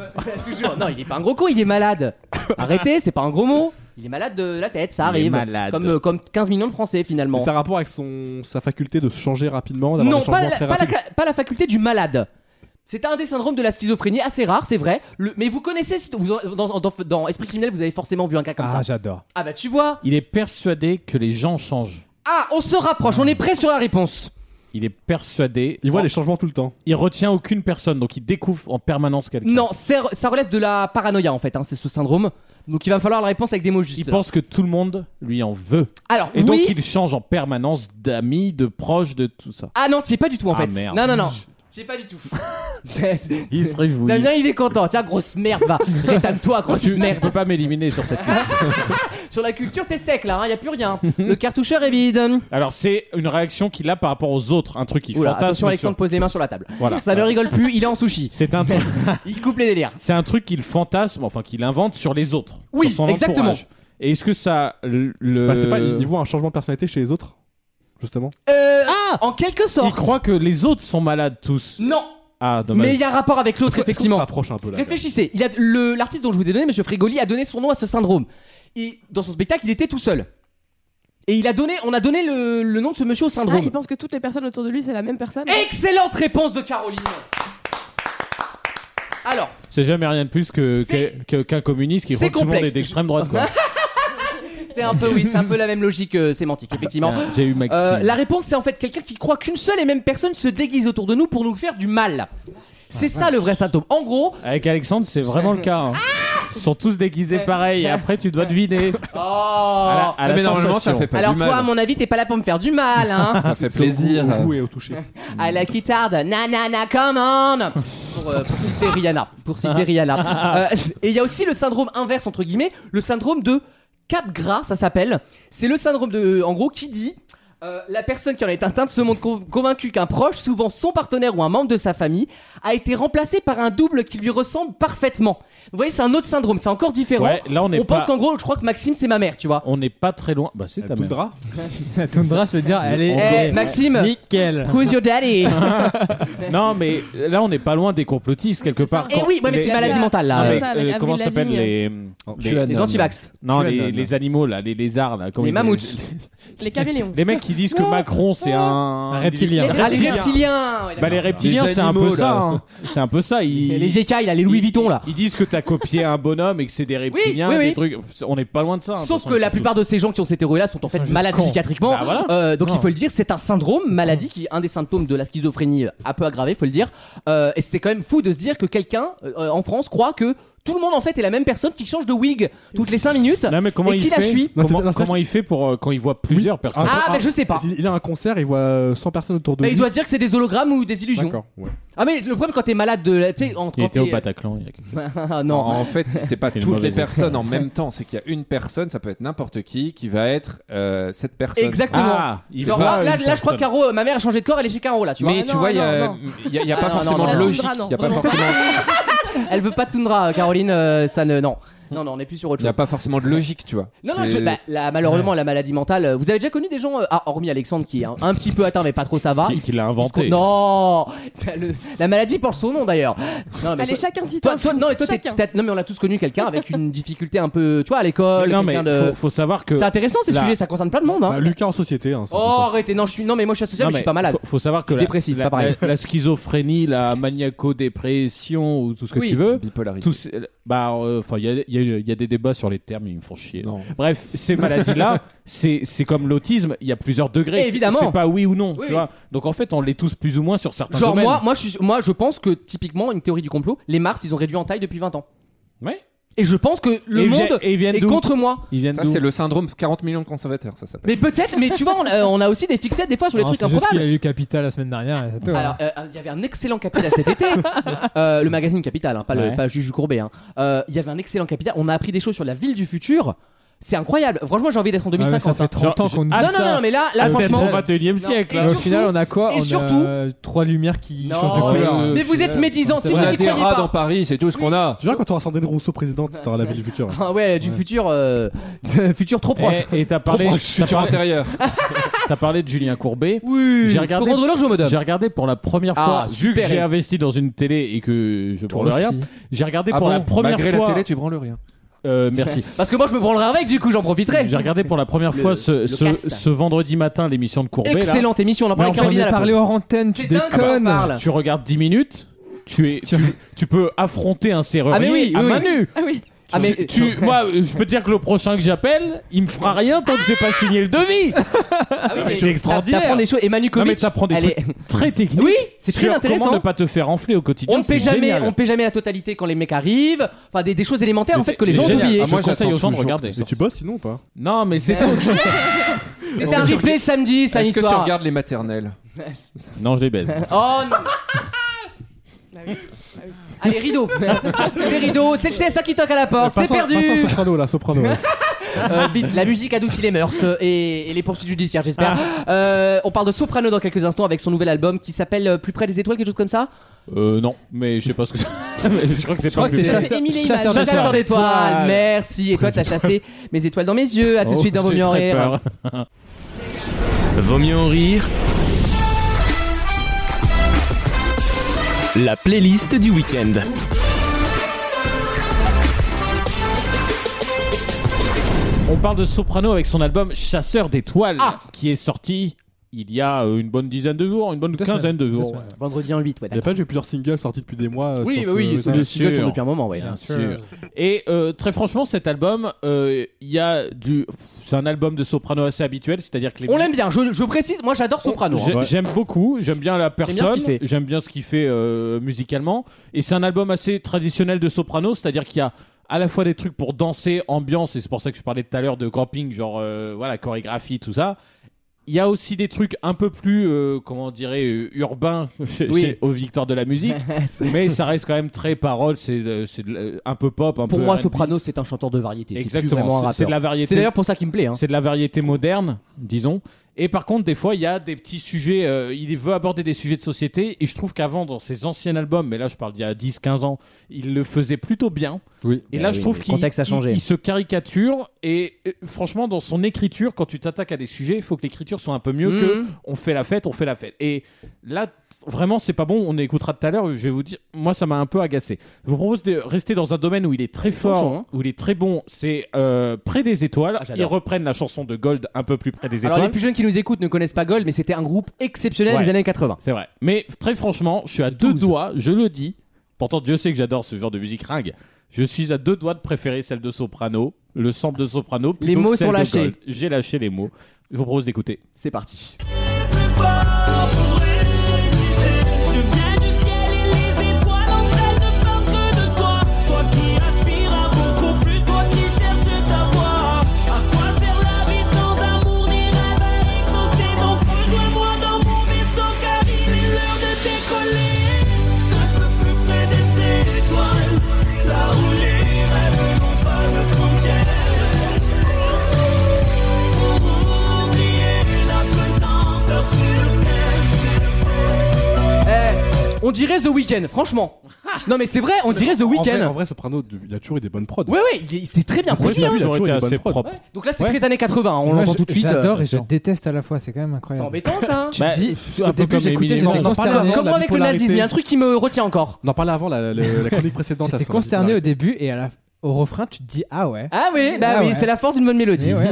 Toujours. Non, il est pas un gros con, il est malade. Arrêtez, c'est pas un gros mot. Il est malade de la tête, ça
Il est
arrive.
malade.
Comme, euh, comme 15 millions de Français
Mais
finalement.
ça a rapport avec son, sa faculté de se changer rapidement, d'avoir
Non,
des
pas
changements
la,
très
pas la
rapides.
ca- pas la faculté du malade. C'est un des syndromes de la schizophrénie assez rare, c'est vrai. Le- mais vous connaissez, si vous en- dans, dans- dans Esprit criminel, vous avez forcément vu un cas comme
ah,
ça.
j'adore.
Ah bah tu vois.
Il est persuadé que les gens changent.
Ah, on se rapproche, on est prêt sur la réponse.
Il est persuadé. Oh.
Il voit les changements tout le temps.
Il retient aucune personne, donc il découvre en permanence quelqu'un.
Non, c'est- ça relève de la paranoïa en fait, hein, c'est ce syndrome. Donc il va me falloir la réponse avec des mots justes.
Il pense que tout le monde lui en veut.
Alors,
Et
oui.
donc il change en permanence d'amis, de proches, de tout ça.
Ah non, tu es pas du tout en
Ah,
fait.
merde.
Non, non, non. Tu es pas
<laughs>
du tout. C'est-
Il se réjouit.
Damien, il est content. Tiens, grosse merde,
<laughs>
va. Rétame-toi, grosse
Tu, tu
merde.
peux pas m'éliminer sur cette question.
Sur la culture, t'es sec là, hein, y a plus
<laughs>
rien. Le cartoucheur est vide.
Alors c'est une réaction qu'il a par rapport aux autres, un truc qui
Oula,
fantasme.
attention,
sur-
Alexandre pose les mains sur la table.
Voilà.
Ça ne rigole plus, il est en sushi.
C'est un,
<laughs>
truc-
Il coupe les délires.
c'est un truc qu'il fantasme, enfin qu'il invente sur les autres.
Oui,
sur son
exactement.
entourage. Et est-ce que ça le
Bah, c'est pas, il, il voit un changement de personnalité chez les autres, justement.
Euh, en quelque sorte.
Ah il croit que les autres sont malades tous.
Non,
Ah dommage.
mais il y a un rapport avec l'autre,
On se
effectivement.
rapproche un peu là.
Réfléchissez. Il a le l'artiste dont je vous ai donné, Monsieur Frigoli, a donné son nom à ce syndrome. Et dans son spectacle, il était tout seul. Et il a donné, on a donné le, le nom de ce monsieur au
Ah,
syndrome.
il pense que toutes les personnes autour de lui, c'est la même personne.
Excellente réponse de Caroline. Alors,
C'est jamais rien de plus que,
C'est-
que- que- qu'un communiste qui
c'est
croit que tout le monde
complexe.
est d'extrême droite. Quoi.
c'est un peu oui, c'est un peu la même logique euh, sémantique, effectivement.
Ah, J'ai eu Maxime.
Euh, la réponse, c'est en fait quelqu'un qui croit qu'une seule et même personne se déguise autour de nous pour nous faire du mal. C'est
Ah,
ça le vrai symptôme. En gros,
Avec Alexandre, c'est vraiment le cas. hein.
Ah
Ils sont tous déguisés pareil. Et après, tu dois deviner. À la-
oh,
Ah,
à la
mais normalement, ça
sensation.
fait Ah, pas
alors
du
toi,
mal.
à mon avis, t'es pas là pour me faire du mal,
<laughs>
hein.
Ça fait
C'est au goût-
plaisir.
Au goût et au toucher.
à la guitare de na na na come on pour, euh, pour citer Rihanna pour citer Rihanna Euh, et il y a aussi le syndrome inverse entre guillemets le syndrome de cap gras ça s'appelle c'est le syndrome de en gros qui dit euh, la personne qui en est atteinte se montre conv- convaincue qu'un proche, souvent son partenaire ou un membre de sa famille, a été remplacé par un double qui lui ressemble parfaitement. Vous voyez, c'est un autre syndrome, c'est encore différent.
Ouais, là, on n'est
on pense
pas-
qu'en gros, je crois que Maxime, c'est ma mère, tu vois.
On n'est pas très loin. Bah, c'est ta
Tout le
mère.
drap.
<laughs> La toundra, je veux dire, elle
Eh,
est.
Maxime,
Nickel.
who's your daddy
Non, mais là, on n'est pas loin des complotistes quelque
c'est ça.
part.
Eh oui, ouais, mais
Les-
c'est une maladie
ça.
mentale
Non,
là.
Ah,
mais,
ça, avec
euh,
Avril
comment ça s'appelle
Lavigne.
les,
Oh,
les-
QAnon.
Les antivax.
non les,
QAnon.
les animaux là, les lézards là, comment
hein. Les
ils-
mammouths.
Les caméléons.
les mecs qui disent que Macron c'est un,
Un reptilien.
Ah, les
Reptilien.
reptiliens ouais,
Bah les reptiliens
Les
c'est un
animaux,
peu ça,
là.
hein. c'est un peu ça. Ils,
Les GK, il a les Louis
ils-
Vuitton là.
Ils disent que t'as copié un bonhomme et que c'est des reptiliens,
oui, oui.
des trucs. On n'est pas loin de ça. hein, de toute
Sauf
façon,
que
ils
la
sont
plupart de ces gens qui ont ces théories-là sont en fait
sont juste
malades
cons.
psychiatriquement.
Bah, voilà.
Euh, donc
Non.
il faut le dire, c'est un syndrome, maladie qui est un des symptômes de la schizophrénie euh, un peu aggravée, faut le dire. Euh, et c'est quand même fou de se dire que quelqu'un euh, en France croit que tout le monde en fait est la même personne qui change de wig toutes les 5 minutes.
tous- Non mais comment
Et
il
qui la
fait
suit
Non,
Comment,
c'est- non, c'est-
comment il fait pour euh, quand il voit plusieurs personnes
Ah,
Ah,
mais je sais pas.
Il il a un concert, il voit euh, 100 personnes autour de
Bah,
lui.
il doit se dire que c'est des hologrammes ou des illusions.
D'accord. ouais.
Ah mais le problème quand t'es malade de, la- tu sais, en-
Il
quand
était au
t'es-
Bataclan. Il y a quelques-
Ah, <laughs>
Non,
non.
en fait, c'est pas
C'est une
toutes les
mauvaise
personnes en même temps. C'est qu'il y a une personne, ça peut être n'importe qui, qui va être euh, cette personne.
Exactement.
Ah, il
Genre,
voit
ah, là,
une
là, je crois que
personne.
Caro, euh, ma mère a changé de corps, elle est chez Caro là, tu vois.
Mais
Ah,
tu
non,
vois, il y a,
non, non.
il y a- il y a
Ah,
pas
non,
forcément
non,
de
non.
logique.
Toundra, non,
Il y a pas
vraiment.
forcément.
Elle veut pas de toundra, euh, Caroline, euh, ça ne. Non. Non, non, on est plus sur autre
Il n'y
chose.
a pas forcément de logique, tu vois.
Non, non,
C'est-
je- bah, la- malheureusement, la maladie mentale. euh, Vous avez déjà connu des gens, euh, ah, hormis Alexandre qui est un, un petit peu atteint, mais pas trop ça va.
Qui, qui l'a inventé.
Non, Ça, le- la maladie porte son nom d'ailleurs. Non, mais
Allez,
toi-
chacun s'y
toi, toi- non, et toi, t'es-
Chacun.
t'as- non, mais on a tous connu quelqu'un avec une <laughs> difficulté un peu, tu vois, à l'école.
non, mais
Oh, quelqu'un de...
faut, faut savoir que.
C'est intéressant ces
la-
sujets, ça concerne plein de monde. Hein.
Bah, Lucas en société. Hein, c'est
oh, arrêtez, non, je suis, non, mais moi je suis
Non,
associable, mais je
mais
suis pas malade.
Faut, faut savoir que
Je
la,
déprécie, c'est
la-
pas pareil.
la- la schizophrénie, la maniaco-dépression ou tout ce que
Oui.
tu veux.
Bipolarité.
Tous, ces- bah, euh, enfin, il y a, il y a- il y a des débats sur les termes, ils me font chier.
Non.
Bref,
<laughs>
ces maladies-là, c'est c'est comme l'autisme, il y a plusieurs degrés. C'est-
Évidemment.
C'est pas oui ou non,
Oui,
tu
oui.
vois. Donc en fait, on l'est tous plus ou moins sur certains
Genre,
domaines.
moi, moi, je suis, moi, je pense que typiquement, une théorie du complot, les Mars, ils ont réduit en taille depuis 20 ans.
Ouais.
Et je pense que le
Et ils vi-
monde
et ils viennent
est
d'où
contre moi.
Ils viennent
Ça,
d'où
c'est le syndrome 40 millions de conservateurs, ça s'appelle.
Mais peut-être, mais tu vois, on, euh, on a aussi des fixettes des fois sur les
Non,
trucs
c'est juste qu'il
improbables.
a lu Capital la semaine dernière et c'est tout. hein.
Alors, euh, il y avait un excellent Capital cet été, Euh, le magazine Capital, hein, pas, le,
Ouais.
pas Juju Courbet. hein. Euh, Il y avait un excellent Capital, on a appris des choses sur la ville du futur, c'est incroyable. Franchement, j'ai envie d'être en
Ah Ouais, mais
2050.
ça fait
hein.
30 ans
Genre,
qu'on nous
ah,
non, non, non, mais là, là
Peut-être
franchement.
au 21 e siècle.
et
hein.
Au
surtout-
final, on a quoi
et
On a,
surtout-
euh, trois lumières qui
Non. Euh,
changent de couleur.
Mais vous êtes médisants si
on
vous
a
y
des
croyez
rats dans
pas.
Paris, c'est tout ce qu'on a.
Tu vois, quand tu auras Sandrine Rousseau présidente, tu auras la ville du futur.
<laughs> Ah ouais, du futur, euh, <laughs> futur trop proche.
Eh, Et- Et t'as parlé, t'as
Futur
parlé-
intérieur.
t'as parlé de Julien Courbet.
Oui.
J'ai regardé-
Pour rendre l'heure, je me donne.
J'ai regardé pour la première
Ah,
fois, vu que
super.
j'ai investi dans une télé et que je
Toi
branle rien,
aussi.
j'ai regardé
Ah
pour la
bon
première
Malgré
fois.
la télé, tu branles rien.
Euh, merci.
<laughs> Parce que moi, je me branlerai avec, du coup, j'en profiterai.
J'ai regardé pour la première
Le-
fois ce,
le
ce,
cast.
ce vendredi matin l'émission de Courbet. là.
Excellente émission, on en
Mais
parlait
enfin,
avec
on
Caroline à la
est parlé
pause.
hors antenne,
C'est
tu
dingue qu'on en
déconnes.
parle.
Tu regardes 10 minutes, tu, es,
<laughs>
tu, tu peux affronter un serrurier
Ah, mais oui,
à
oui,
main nue.
Ah oui.
Ah, mais-
Tu- moi, je peux te dire que le prochain que j'appelle, il me fera rien tant que j'ai pas signé le devis.
Ah oui,
mais
mais
c'est extraordinaire.
T'apprends des choses. Et Manu
Non,
Kovic,
mais t'apprends des
elle
trucs
est-
très techniques.
Oui, c'est
sur
très intéressant.
Comment ne pas te faire enfler au quotidien
On ne paie
c'est
jamais,
génial.
on paie jamais la totalité quand les mecs arrivent. Enfin, des, des choses élémentaires en fait que les
C'est
gens ont
génial.
oubliées.
Ah, moi,
Je
conseille aux gens de
toujours.
regarder.
Et tu bosses sinon ou pas
Non, mais c'est.
C'était un replay le samedi, ça une
Est-ce que tu
histoire.
regardes les maternelles
<laughs> non, je les baise.
Oh
<laughs>
non.
Bah
Allez,
<laughs>
rideau. c'est rideau, c'est le CSA qui toque à la porte, c'est
Passons-
perdu.
passons à Soprano là, Soprano. ouais.
Euh, vite, la musique adoucit les mœurs euh, et, et les poursuites judiciaires, j'espère.
Ah.
Euh, on parle de Soprano dans quelques instants avec son nouvel album qui s'appelle euh, Plus près des étoiles, quelque chose comme ça.
Euh, non, mais je sais pas ce que c'est. <laughs> je crois que c'est pas
crois que c'est
plus-
C'est Émile et
chasseur
Chasseur
Image.
Chasseur d'étoiles,
d'étoiles.
merci. Et toi, t'as chassé mes étoiles dans mes yeux. À tout de
Oh,
suite dans Vos
j'ai
mieux en
très
rire.
peur.
Vaut mieux en rire. La playlist du week-end.
On parle de Soprano avec son album Chasseur d'étoiles
Ah
qui est sorti il y a euh, une bonne dizaine de jours, une bonne
Deux
quinzaine
semaines.
de
Deux
jours.
semaines.
Vendredi en 8, ouais,
Il y a
d'accord.
pas eu plusieurs singles sortis depuis des mois. euh,
Oui,
sauf,
bah oui,
euh,
ils sont
ça.
bien
le single
sûr.
tourne depuis un moment, ouais.
Bien sûr. Et euh, très franchement, cet album, euh, il y a du. C'est un album de Soprano assez habituel, c'est-à-dire que les.
On l'aime bien, je, je précise, moi j'adore Soprano. hein.
J'ai-
ouais.
J'aime beaucoup, j'aime bien la
bien ce qu'il
personne,
fait.
j'aime bien ce qu'il fait euh, musicalement. Et c'est un album assez traditionnel de soprano, c'est-à-dire qu'il y a à la fois des trucs pour danser, ambiance, et c'est pour ça que je parlais tout à l'heure de camping, genre euh, voilà, chorégraphie, tout ça. Il y a aussi des trucs un peu plus, euh, comment on dirait, euh, urbains <laughs> chez-
Oui.
chez- aux victoires de la musique,
<laughs>
mais ça reste quand même très parole, c'est de- c'est de- un peu pop, un
Pour
peu
moi,
R&B.
Soprano, c'est un chanteur de variété. C'est plus vraiment un
Exactement, c'est- c'est de
rappeur.
la variété.
C'est d'ailleurs pour ça qu'il me plaît. hein.
C'est de la variété moderne, disons. Et par contre, des fois, il y a des petits sujets. euh, il veut aborder des sujets de société. Et je trouve qu'avant, dans ses anciens albums, mais là, je parle d'il y a 10-15 ans, il le faisait plutôt bien.
Oui.
Et
Bah
là,
oui,
je trouve
le
qu'il
contexte a
il-
changé.
il se caricature. Et euh, franchement, dans son écriture, quand tu t'attaques à des sujets, il faut que l'écriture soit un peu mieux que
Mhm.
on fait la fête, on fait la fête. Et là, t- vraiment, c'est pas bon. On écoutera tout à l'heure. Je vais vous dire, moi, ça m'a un peu agacé. Je vous propose de rester dans un domaine où il est très fort,
chansons, hein.
où il est très bon. C'est euh, près des étoiles.
Ah, j'adore.
Ils reprennent la chanson de Gold un peu plus près des
Alors, les
étoiles.
plus jeunes qui nous écoutent ne connaissent pas Gold, mais c'était un groupe exceptionnel
Ouais.
des années 80.
C'est vrai. Mais très franchement, je suis à deux doigts. Je le dis. Pourtant, Dieu sait que j'adore ce genre de musique ringue. Je suis à deux doigts de préférer celle de Soprano, le sample de Soprano. plutôt
Les mots
que celle
sont
de
lâchés.
Gold. J'ai lâché les mots. Je vous propose d'écouter.
C'est parti.
Je viens du ciel et les étoiles en train de parler de toi Toi qui aspires à beaucoup plus, toi qui cherches ta voix À quoi faire la vie sans amour ni rêve à exaucer Donc rejoins-moi dans mon vaisseau car il est l'heure de décoller Un peu plus près des étoiles Là où les rêves n'ont pas de frontières Pour oublier la pesanteur sur terre
On dirait The Weeknd, franchement. Non, mais c'est vrai, on dirait The
En vrai, En
Weeknd.
vrai, Soprano, de- il a toujours eu des bonnes prods.
Ouais, ouais, il est- c'est très bien
Oui,
produit. hein.
vu,
ils ont
il a
été
toujours des
assez
bonnes prods.
propres.
Donc là, c'est
Ouais.
très années 80, on
Moi,
l'entend
je-
tout de suite.
J'adore
euh,
et je déteste à la fois, c'est quand même
C'est
incroyable.
embêtant ça. hein.
Tu te dis, au début j'ai écouté,
Eminem.
j'étais
On en
Comme-
consterné.
Comme moi avec le
bipolarité.
nazisme, il y a un truc qui me retient encore.
On en parlait avant la, la- la chronique précédente.
J'étais
à ce-
consterné au début et à la- au refrain tu te dis ah ouais.
Ah oui, bah
Ah
oui,
ouais.
c'est la force d'une bonne mélodie.
Et ouais.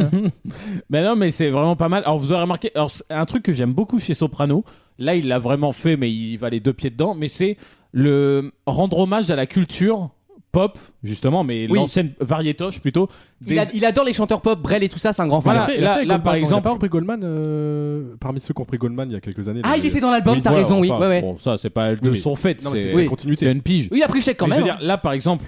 Mais non, mais c'est vraiment pas mal. Alors, vous aurez remarqué, alors, c'est un truc que j'aime beaucoup chez Soprano, là, il l'a vraiment fait, mais il va les deux pieds dedans, mais c'est le rendre hommage à la culture pop, justement, mais
Oui.
l'ancienne variétoche plutôt.
Il, a- il adore les chanteurs pop, Brel et tout ça, c'est un grand fan.
Voilà,
Il a
là, là,
fait Goldman,
par
il a
exemple.
pas repris Goldman euh, parmi ceux qui ont pris Goldman il y a quelques années.
Ah,
là,
il était dans l'album, t'as
Ouais,
raison, oui.
enfin,
ouais, ouais.
Bon, ça, c'est pas de
mais-
son fait,
Non, mais
c'est
c'est la
c'est
continuité.
une pige.
Oui, il a pris le chèque quand
Mais
même. hein.
Je veux dire, là, par exemple,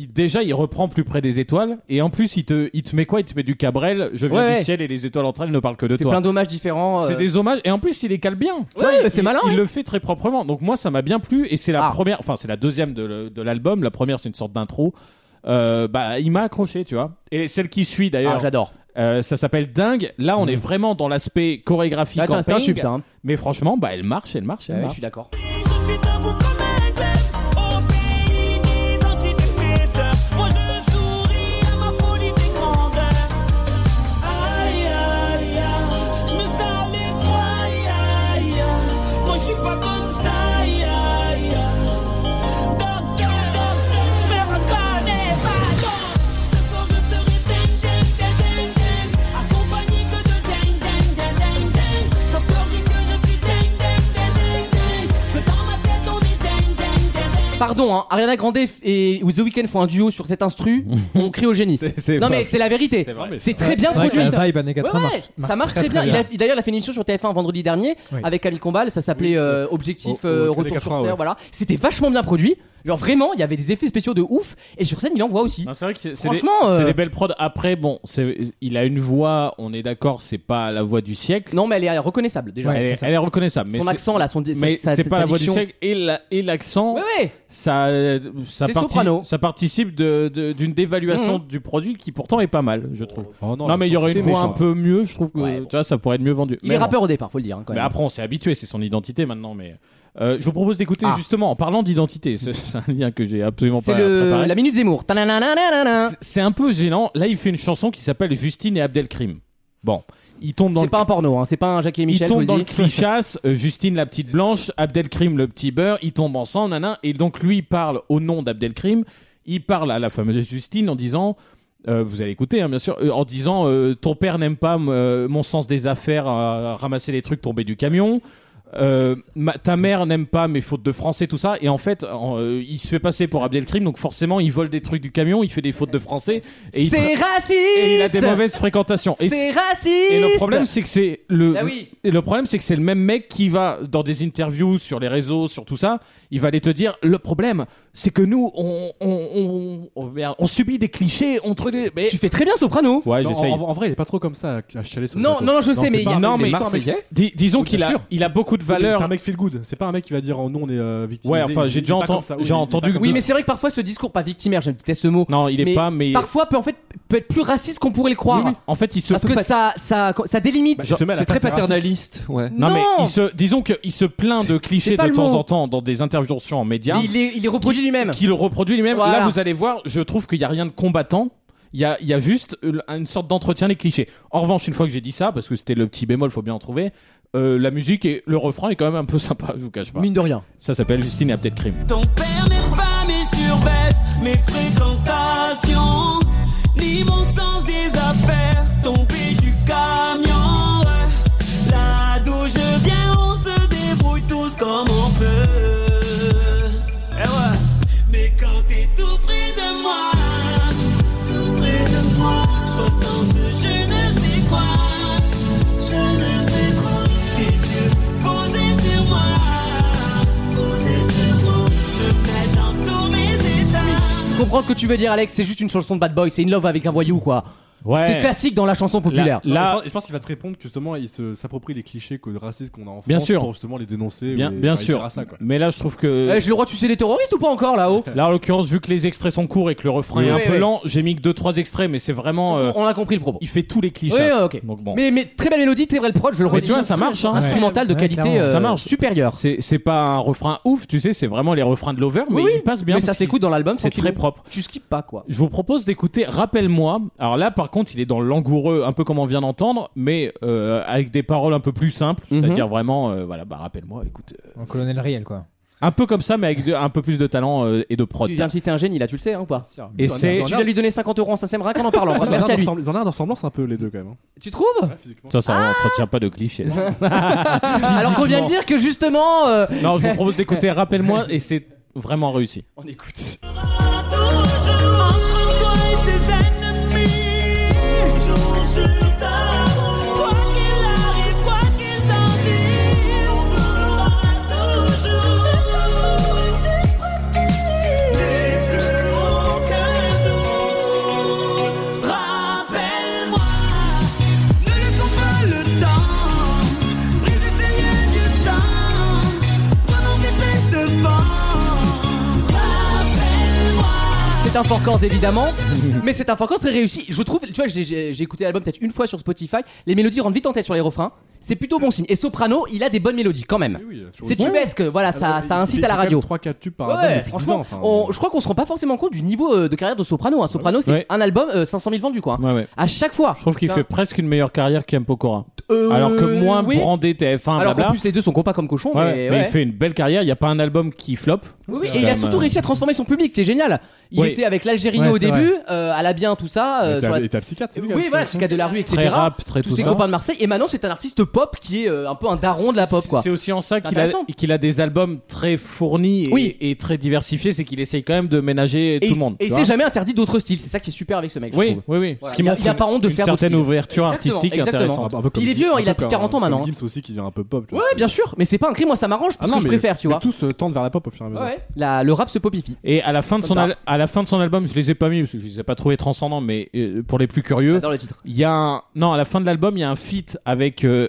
il- déjà, il reprend plus près des étoiles, et en plus, il te, il te met quoi Il te met du Cabrel, je viens
Ouais, ouais.
du ciel et les étoiles entre elles ne parlent que de
il fait plein
toi.
d'hommages différents. euh,
C'est des hommages, et en plus, il les cale bien. Tu
Ouais,
vois,
mais
il-
c'est malin,
Il
ouais.
le fait très proprement. Donc, moi, ça m'a bien plu, et c'est la
Ah.
première, enfin, c'est la deuxième de, le- de l'album. La première, c'est une sorte d'intro. Euh, bah, il m'a accroché, tu vois. Et celle qui suit
Ah,
d'ailleurs,
j'adore. Mm.
euh, ça s'appelle Dingue. Là, on est vraiment dans l'aspect chorégraphique.
Ah, tiens, C'est un
camping.
tube ça. hein.
Mais franchement, bah, elle marche, elle marche, elle
Ouais, Je
marche.
suis d'accord.
Je suis debout comme un glaive au pays des antidépresseurs. Moi je souris à ma folie des grandeurs. Aïe aïe aïe, je me sers les doigts. Aïe aïe aïe, moi je suis pas comme ça. Aïe aïe aïe, docteur, je me reconnais pas. Non, ce soir je serai ding ding ding ding ding, accompagné que de ding ding ding ding ding. Docteur dit que je suis ding ding ding ding ding, que dans ma tête on est ding ding ding ding.
Pardon, hein, Ariana Grande et The Weeknd font un duo sur cet instru,
<laughs>
on crie au génie.
C'est- c'est
Non
vrai.
mais c'est la vérité.
C'est vrai.
C'est très bien
C'est vrai que
produit. ça.
La vibe années 80
Ouais, ouais,
marche.
ça marche très, bien.
bien.
Il a- D'ailleurs, il a fait une émission sur TF1 vendredi dernier
Oui.
avec Camille Combal. Ça s'appelait
Oui, c'est-
euh, Objectif
au- au
euh,
Crédit
Retour sur
80,
Terre.
ouais.
Voilà, c'était vachement bien produit. Genre vraiment, il y avait des effets spéciaux de ouf. Et sur scène, il en voit aussi.
Non, c'est vrai que c'est- c'est des,
Franchement, euh,
c'est des belles prods. Après, bon, c'est- il a une voix, on est d'accord, c'est pas la voix du siècle.
Non, mais elle est reconnaissable déjà.
Ouais,
elle,
c'est
est,
ça.
elle est reconnaissable. Mais
son
c'est-
accent là, son
mais
sa- sa-
c'est pas
sa
la voix
diction.
du siècle. Et la- et l'accent,
Ouais, ouais.
ça, euh, ça,
C'est
parti-
soprano. Mhm.
ça participe de- de- d'une dévaluation du produit qui pourtant est pas mal, je trouve.
Oh non,
non, mais il y aurait une
c'était
voix un
méchant.
peu mieux, je trouve que
Ouais, bon.
tu vois, ça pourrait être mieux vendu.
Il
Mais
est
bon.
rappeur au départ, faut le dire. hein, quand
Mais
même.
après, on s'est habitué, c'est son identité maintenant. Mais euh, je vous propose d'écouter
Ah.
justement, en parlant d'identité, c'est <laughs> c'est un lien que j'ai absolument
c'est
pas
le
préparé.
la hein. minute Zemmour. Ta-na-na-na-na-na.
C'est- C'est un peu gênant. Là, il fait une chanson qui s'appelle Justine et Abdelkrim. Bon, il tombe dans
C'est
le
pas un porno, hein, c'est pas un Jackie et
il
Michel. je vous
tombe
le
dans
dis.
le clichasse, euh, Justine la petite blanche, Abdelkrim le petit beurre, ils tombent ensemble, nanan, et donc lui il parle au nom d'Abdelkrim, il parle à la fameuse Justine en disant, euh, vous allez écouter hein, bien sûr, euh, en disant euh, ton père n'aime pas euh, mon sens des affaires, euh, ramasser les trucs, tomber du camion, euh, ma- ta mère n'aime pas mes fautes de français, tout ça, et en fait en, euh, il se fait passer pour Abdelkrim, donc forcément il vole des trucs du camion, il fait des fautes de français, et il,
C'est
tra-
raciste.
et il a des mauvaises fréquentations. Et
C'est raciste.
et le problème, c'est que c'est le.
Ah oui.
Et le problème, c'est que c'est le même mec qui va dans des interviews sur les réseaux, sur tout ça. Il va aller te dire le problème, c'est que nous, on, on, on, on- merde, on subit des clichés entre les. Mais...
tu fais très bien Soprano.
Ouais,
Non,
j'essaye.
en, en vrai, il est pas trop comme ça à- à chialer sur le
Non,
plateau.
non, non, je sais,
c'est
mais
pas-
il-
non,
c'est
mais-
pas un mec-
Marseillais
Dis- disons
Oui,
qu'il
bien
a,
sûr.
il a beaucoup de valeur.
C'est un mec feel good. C'est pas un mec qui va dire oh, nous on est euh, victimisés.
Ouais, enfin,
Il-
j'ai
il
déjà
est pas
entendu-
comme ça. Oui,
j'ai
il est
entendu
pas
que-
comme
Oui,
ça.
mais c'est vrai que parfois ce discours, pas victimaire, j'aime peut-être ce mot.
Non, il est
mais
pas, mais.
Parfois peut en fait peut être plus raciste qu'on pourrait le croire.
Oui, oui. En fait, il se.
Parce que ça, ça, ça délimite.
Bah, justement, elle a
C'est
pas
très
fait raciste.
paternaliste, ouais.
Non, mais il se, disons qu'il se plaint de clichés
pas
de
le
temps
mot.
en temps dans des interventions en médias.
Mais il est, il est reproduit lui-même.
qui le reproduit lui-même.
Voilà.
Là, vous allez voir, je trouve qu'il n'y a rien de combattant. Il y a, il y a juste euh, une sorte d'entretien des clichés. En revanche, une fois que j'ai dit ça, parce que c'était le petit bémol, faut bien en trouver, euh, la musique et le refrain est quand même un peu <laughs> sympa, je vous cache pas.
Mine de rien.
Ça s'appelle Justine et peut-être crime.
Ton père n'aime pas mes survêtes, mes fréquentations, ni mon sens des affaires, tomber du camion. ouais. Là d'où je viens, on se débrouille tous comme on peut. Eh ouais. Mais quand t'es tout près de moi, tout près de moi, je ressens ce je ne sais quoi, je ne sais quoi, tes yeux posés sur moi. Poser ce mot me met dans tous mes états.
Je comprends ce que tu veux dire, Alex. C'est juste une chanson de Bad Boy. C'est une love avec un voyou, quoi.
Ouais.
C'est classique dans la chanson populaire.
Là-
Non, je pense- je pense qu'il va te répondre que justement il se- s'approprie les clichés que, racistes qu'on a en France
Bien sûr.
pour justement les dénoncer. ou
Bien,
les-
bien
enfin, il
sûr.
dira ça, quoi.
Mais là, je trouve que.
Eh, J'ai le droit de sucer les terroristes ou pas encore là-haut
Là, en l'occurrence, vu que les extraits sont courts et que le refrain
Oui,
est un
oui,
peu
oui.
lent, j'ai mis que 2-3 extraits, mais c'est vraiment. euh,
On a compris le propos.
il fait tous les clichés.
Oui, ok.
Donc bon.
Mais, mais très belle mélodie, très belle prod, je le
Mais
redis.
tu vois, ça marche, hein.
Instrumental de
Ouais,
qualité
clairement.
euh,
Ça marche.
supérieure.
C'est c'est pas un refrain ouf, tu sais, c'est vraiment les refrains de l'over, mais
Oui, oui.
il passe bien.
Mais ça
parce qu'il-
s'écoute dans l'album,
C'est
sans qu'il-
très propre.
Tu skippes pas quoi.
Je vous propose d'écouter Rappelle-moi. Alors là, par contre, il est dans le langoureux, un peu comme on vient d'entendre, mais euh, avec des paroles un peu plus simples,
Mhm.
c'est-à-dire vraiment, euh, voilà, bah rappelle-moi, écoute. euh,
En colonel Riel, quoi.
un peu comme ça, mais avec de- un peu plus de talent euh, et de prod.
Tu viens de citer un génie là, tu le sais hein, ou pas
Et c'est.
Tu vas lui donner 50 euros en Sasemra qu'en en parlant.
Ils ont l'air
Merci à lui.
d'ressembler- Ils ont l'air de ressemblance un peu les deux quand même. hein.
Tu trouves
Ça, ça entretient pas de clichés. <laughs> Ah,
Alors qu'on vient de dire que justement. euh,
non, je vous propose d'écouter Rappelle-moi et c'est vraiment réussi.
On écoute.
Toujours entre toi et tes ennemis, toujours sur ta route. Quoi qu'il arrive, quoi qu'ils en disent, on verra toujours N'est plus aucun doute. Rappelle-moi, ne laissons pas le temps briser ces liens du sang. Prenons vite les devants. Rappelle-moi.
C'est un fort corps évidemment, mais c'est un fort corps très réussi. Je trouve, tu vois, j'ai- j'ai j'ai écouté l'album peut-être une fois sur Spotify, les mélodies rentrent vite en tête sur les refrains. C'est plutôt bon signe. Et Soprano, il a des bonnes mélodies quand même.
Oui, oui, toujours
C'est
aussi.
tubesque, voilà, ça,
Alors,
ça
il- il
incite
fait
à la
quand même
radio.
3-4 tubes par album
Ouais,
depuis 10 ans.
franchement,
enfin,
on- je crois qu'on se rend pas forcément compte du niveau euh, de carrière de Soprano. Hein. Soprano, c'est
Ouais.
un album, euh, 500 000 vendus, quoi.
Ouais, ouais.
À chaque fois.
Je trouve qu'il fait presque une meilleure carrière qu'M Pokora. Alors que moins
Euh, oui.
brandé TF1,
Alors qu'en
blabla.
plus, les deux sont compas comme cochons,
Ouais,
mais,
mais
ouais.
il fait une belle carrière, il n'y a pas un album qui floppe.
Oui, oui,
quand
Et il a
même,
surtout
euh,
réussi à transformer son public, c'est génial. Il
Oui.
était avec l'Algérino
Ouais,
au
c'est
début, euh, à la bien, tout ça. euh, sur
Et t'as-
la-
et t'as psychiatre, c'est lui,
Oui,
hein,
voilà,
parce
psychiatre de la rue, etc.
Très rap, très
tous
tout
ses
ça.
copains de Marseille. Et maintenant, c'est un artiste pop qui est euh, un peu un daron de la pop, quoi.
C'est aussi en ça
C'est
qu'il a,
intéressant.
qu'il a des albums très fournis et,
Oui.
et très diversifiés, c'est qu'il essaye quand même de ménager
Et
tout
il-
le monde.
Et
tu
il
vois.
s'est jamais interdit d'autres styles. C'est ça qui est super avec ce mec, je
Oui,
trouve.
oui, oui.
Voilà.
Ce qui
Il a-
montre
il a pas honte de
une
faire d'autres styles.
certaine ouverture
Exactement,
artistique
exactement.
que-
intéressante.
un peu comme-
Il est vieux, hein, il a
un peu
plus de 40 ans
comme
maintenant.
Gims aussi qui devient un peu pop. tu
Ouais,
vois, c'est-
bien sûr. Mais c'est pas un crime, moi, ça m'arrange
Ah
parce
non,
que je
mais-
préfère, tu
mais
vois.
Tous se tendent vers la pop au fur et à mesure.
Ouais, la- le rap se popifie.
Et à la fin de
Comme
son
ça.
al- à la fin de son album, je les ai pas mis parce que je les ai pas trouvés transcendants, mais euh, pour les plus curieux,
J'adore le titre.
il y a un non à la fin de l'album, il y a un feat avec euh,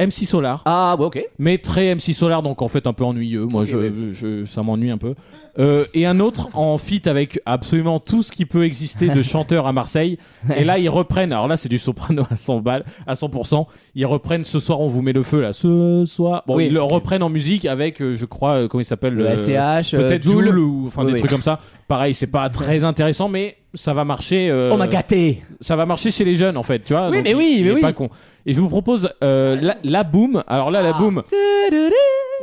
MC Solar,
Ah, ouais, ok.
mais très MC Solar donc en fait un peu ennuyeux. Moi, je, je- ça m'ennuie un peu. Euh, et un autre en feat avec absolument tout ce qui peut exister de chanteur à Marseille. Et là, ils reprennent. Alors là, c'est du soprano à 100 balles, à 100%. Ils reprennent ce soir, on vous met le feu là. Ce soir, bon,
Oui.
ils le reprennent en musique avec, euh, je crois, euh, comment il s'appelle
Le
euh,
SCH, euh,
peut-être
Jul.
Joule ou enfin
Oui,
des
oui.
trucs comme ça. Pareil, c'est pas très intéressant, mais ça va marcher. euh,
Oh m'a gâté
Ça va marcher chez les jeunes en fait, tu vois.
Oui,
donc
mais
il-
oui,
il
mais
est
oui.
Pas con. Et je vous propose euh, la, la boom. Alors là, la
Ah.
boom.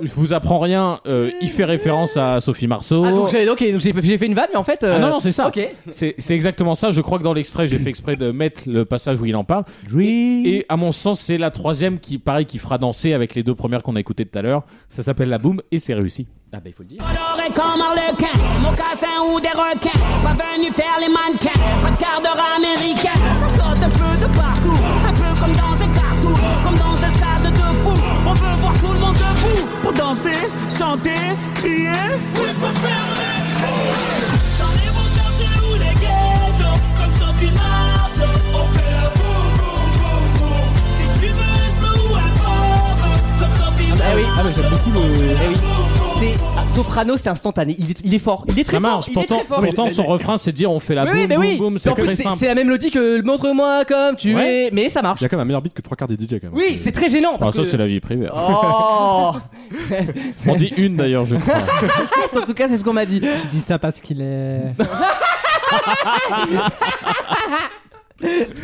Je vous apprends rien. euh, il fait référence à Sophie Marceau.
Ah donc j'ai ok, donc j'ai j'ai fait une vanne mais en fait euh,
Ah non, non, c'est ça.
Ok.
C'est c'est exactement ça. Je crois que dans l'extrait, j'ai fait exprès de mettre le passage où il en parle. Et, et à mon sens, c'est la troisième qui, pareil, qui fera danser avec les deux premières qu'on a écoutées tout à l'heure. Ça s'appelle la boom et c'est réussi.
Ah bah il faut le dire.
Coloré comme un lequin, mon cassin ou des requins. Pas venu faire les mannequins, pas de quart d'heure américain. Ça saute un peu de partout, un peu comme dans un cartoon, comme dans un stade de fou. On veut voir tout le monde debout pour danser, chanter, crier. Oui, pour faire les fous. Dans les beaux quartiers ou les ghettos, comme Sophie Marceau, on fait le boum boum boum boum. Si tu veux un slow ou un pop, comme Sophie Marceau.
oui. Ah, mais j'aime beaucoup le-
on fait
Eh oui.
boum, boum,
C'est ah, Soprano, c'est instantané. Il est, il est fort. Il est très
ça
fort.
marche.
il est
pourtant,
très fort.
pourtant, son refrain, c'est de dire on fait la
Mais
boum,
oui, mais
boum,
oui.
boum.
en
C'est
plus,
très
c'est
simple.
c'est la même mélodie que montre-moi comme tu
Ouais.
es. Mais ça marche.
Il y a quand même un meilleur beat que trois quarts des DJ quand même.
Oui, c'est très gênant
Ah,
parce
ça,
que.
c'est la vie privée.
Oh.
On dit une
<laughs>
d'ailleurs, je crois.
en tout cas, c'est ce qu'on m'a dit.
Tu dis ça parce
<laughs>
qu'il est.